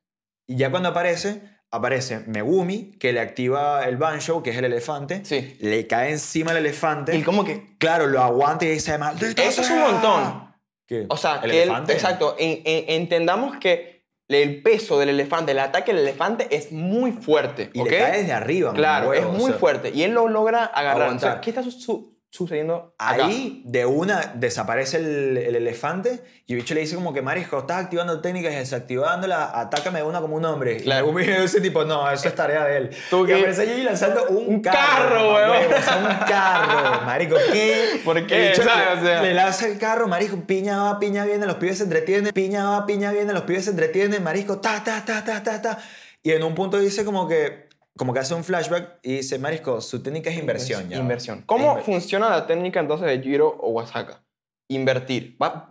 A: Y ya cuando aparece, aparece Megumi, que le activa el Banshou, que es el elefante.
B: Sí.
A: Le cae encima el elefante.
B: Y como que
A: Claro, lo aguanta y dice además.
B: Eso es un montón.
A: ¿Qué?
B: O sea,
A: ¿El
B: que él-
A: elefante?
B: exacto. en- en- entendamos que el peso del elefante, el ataque del elefante es muy fuerte.
A: Y
B: ¿ok?
A: le cae desde arriba. mamá
B: claro,
A: huevo,
B: es
A: o
B: muy
A: sea,
B: fuerte. Y él lo logra agarrar.
A: Aguantar.
B: O sea, ¿qué está su- su- sucediendo acá?
A: Ahí, de una, desaparece el, el elefante y el bicho le dice como que, Marisco, estás activando técnicas y desactivándolas, atácame de una como un hombre.
B: Claro.
A: Y Megumi dice tipo, no, eso es tarea de él.
B: ¿Tú
A: y
B: qué?
A: aparece allí lanzando un,
B: Un carro,
A: carro,
B: weón.
A: huevo, o sea, un carro, marico, ¿qué?
B: ¿Por qué?
A: El bicho
B: ¿Sabes?
A: le,
B: O sea-
A: le lanza el carro, marico, piña va, piña viene, los pibes se entretienen, piña va, piña viene, los pibes se entretienen, marisco, ta, ta, ta, ta, ta, ta. Y en un punto dice como que, como que hace un flashback y dice, marisco, su técnica es inversión ya.
B: Inversión. ¿Cómo
A: Inver-
B: funciona la técnica entonces de Jiro o Wasaka? Invertir. Ba-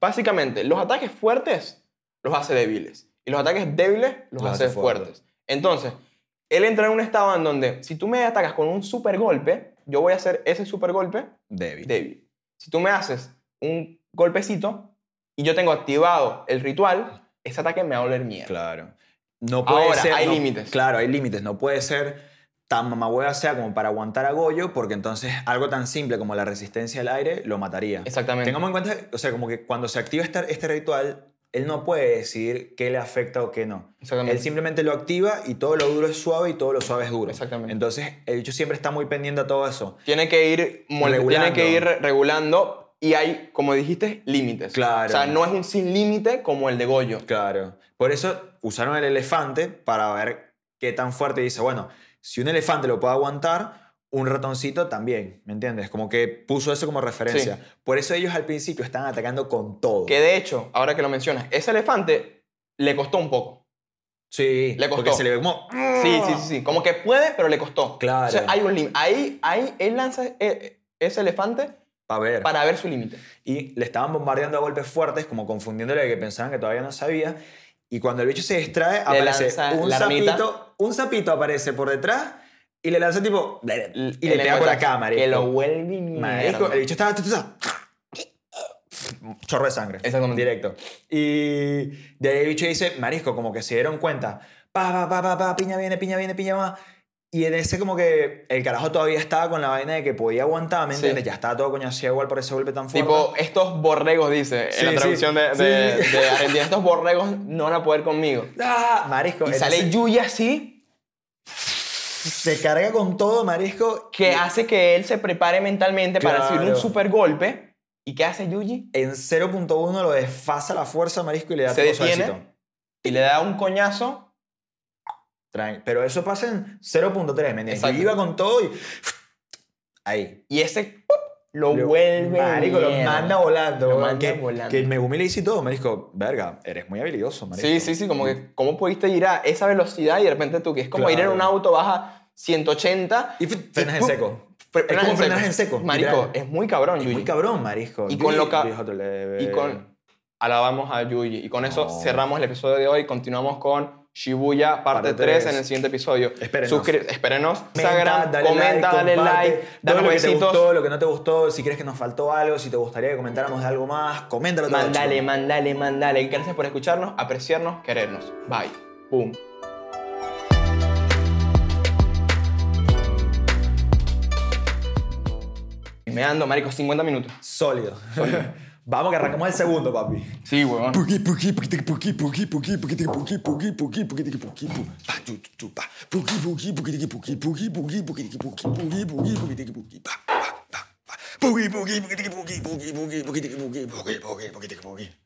B: básicamente, los ataques fuertes los hace débiles. Y los ataques débiles los,
A: Los
B: hace,
A: hace
B: fuertes.
A: fuertes.
B: Entonces, él entra en un estado en donde si tú me atacas con un super golpe, yo voy a hacer ese super golpe
A: Débil.
B: débil. Si tú me haces un golpecito y yo tengo activado el ritual, ese ataque me va a oler mierda.
A: Claro. No puede
B: Ahora,
A: ser,
B: hay
A: no-
B: límites.
A: Claro, hay límites. No puede ser tan mamahueva sea como para aguantar a Goyo, porque entonces algo tan simple como la resistencia al aire lo mataría.
B: Exactamente.
A: Tengamos en cuenta, o sea, como que cuando se activa este, este ritual, él no puede decidir qué le afecta o qué no.
B: Exactamente.
A: Él simplemente lo activa y todo lo duro es suave y todo lo suave es duro.
B: Exactamente.
A: Entonces, el bicho siempre está muy pendiente a todo eso.
B: tiene que ir mol-
A: Regulando.
B: tiene que ir re- regulando y hay como dijiste límites
A: Claro.
B: o sea no es un sin límite como el de Goyo
A: Claro. Por eso usaron el elefante para ver qué tan fuerte dice. Bueno, si un elefante lo puede aguantar, un ratoncito también, ¿me entiendes? Como que puso eso como referencia.
B: Sí.
A: Por eso ellos al principio están atacando con todo.
B: que de hecho ahora que lo mencionas ese elefante le costó un poco
A: Sí,
B: Le costó.
A: porque se le ve como...
B: sí sí sí, sí. como que puede pero le costó
A: Claro.
B: o sea hay un límite ahí ahí él lanza e- e- ese elefante
A: A ver.
B: para ver su límite
A: Y le estaban bombardeando a golpes fuertes, como confundiéndole de que pensaban que todavía no sabía. Y cuando el bicho se distrae, aparece
B: lanza
A: un
B: la ramita.
A: sapito, un sapito aparece por detrás y le lanza tipo... Y le
B: El
A: pega por
B: lenguaje,
A: acá, marico.
B: que lo vuelve
A: Marico,
B: mierda.
A: el bicho estaba. tu, tu, tu, Chorro de sangre.
B: Exactamente.
A: Directo. Y de ahí el bicho dice, Marisco, como que se dieron cuenta. Pa, pa, pa, pa, pa, piña viene, piña viene, piña va. Y en ese, como que el carajo todavía estaba con la vaina de que podía aguantar, ¿me
B: Sí.
A: entiendes? Ya estaba todo coño así igual por ese golpe tan fuerte.
B: Tipo, estos borregos, dice,
A: Sí,
B: en la
A: sí,
B: traducción de, de-
A: sí.
B: de Argentina, estos borregos no van a poder conmigo.
A: ¡Ah! Marisco.
B: Y
A: entonces
B: sale Yuya así,
A: Se carga con todo, Marisco.
B: que hace que él se prepare mentalmente para recibir un
A: Claro.
B: super golpe. ¿Y qué hace Yuji?
A: En 0.1 lo desfasa la fuerza, Marisco, y le da
B: Se
A: todo
B: detiene.
A: suavecito.
B: Y le da un coñazo.
A: Tran- Pero eso pasa en 0.3, ¿me entiendes? Yo
B: Exacto.
A: iba con todo y... Ahí.
B: Y ese ¡pup! lo
A: Lo-
B: vuelve.
A: Marico, lo
B: mierda.
A: manda volando.
B: Lo
A: weón.
B: manda
A: que,
B: volando.
A: que Megumi le dice todo. Me dijo, verga, eres muy habilidoso, marico.
B: Sí, sí, sí, como que, ¿cómo pudiste ir a esa velocidad y de repente tú, que es como ir en
A: Claro.
B: un auto baja 180
A: Y f- frenas en
B: ¡pum!
A: seco.
B: Fre-
A: Es como frenar en seco.
B: Marico,
A: literal.
B: es muy cabrón,
A: Es
B: Yuji.
A: muy cabrón, marisco.
B: Y con lo ca-
A: viejo, te le-
B: Y con. Alabamos a Yuji. Y con eso
A: Eh, No.
B: cerramos el episodio de hoy. Continuamos con Shibuya parte,
A: Parte
B: 3
A: tres.
B: en el siguiente episodio.
A: Espérenos.
B: Suscri- espérenos.
A: Comenta,
B: Instagram,
A: dale
B: comenta,
A: like,
B: dale
A: comparte,
B: like,
A: todo
B: dale
A: lo que te
B: huesitos.
A: gustó, lo que no te gustó, si crees que nos faltó algo, si te gustaría que comentáramos de algo más, coméntalo todo,
B: Mandale,
A: chico.
B: mandale, mandale. Gracias por escucharnos, apreciarnos, querernos. Bye. Boom. Me ando, marico, 50 minutos.
A: Sólido. Vamos que arrancamos el segundo, papi.
B: Sí, huevón.
C: Puki puki puki puki puki puki puki puki puki puki puki puki pa tu tu tu pa puki puki puki puki puki puki puki puki puki puki puki puki pa pa pa puki puki puki puki puki puki puki puki puki puki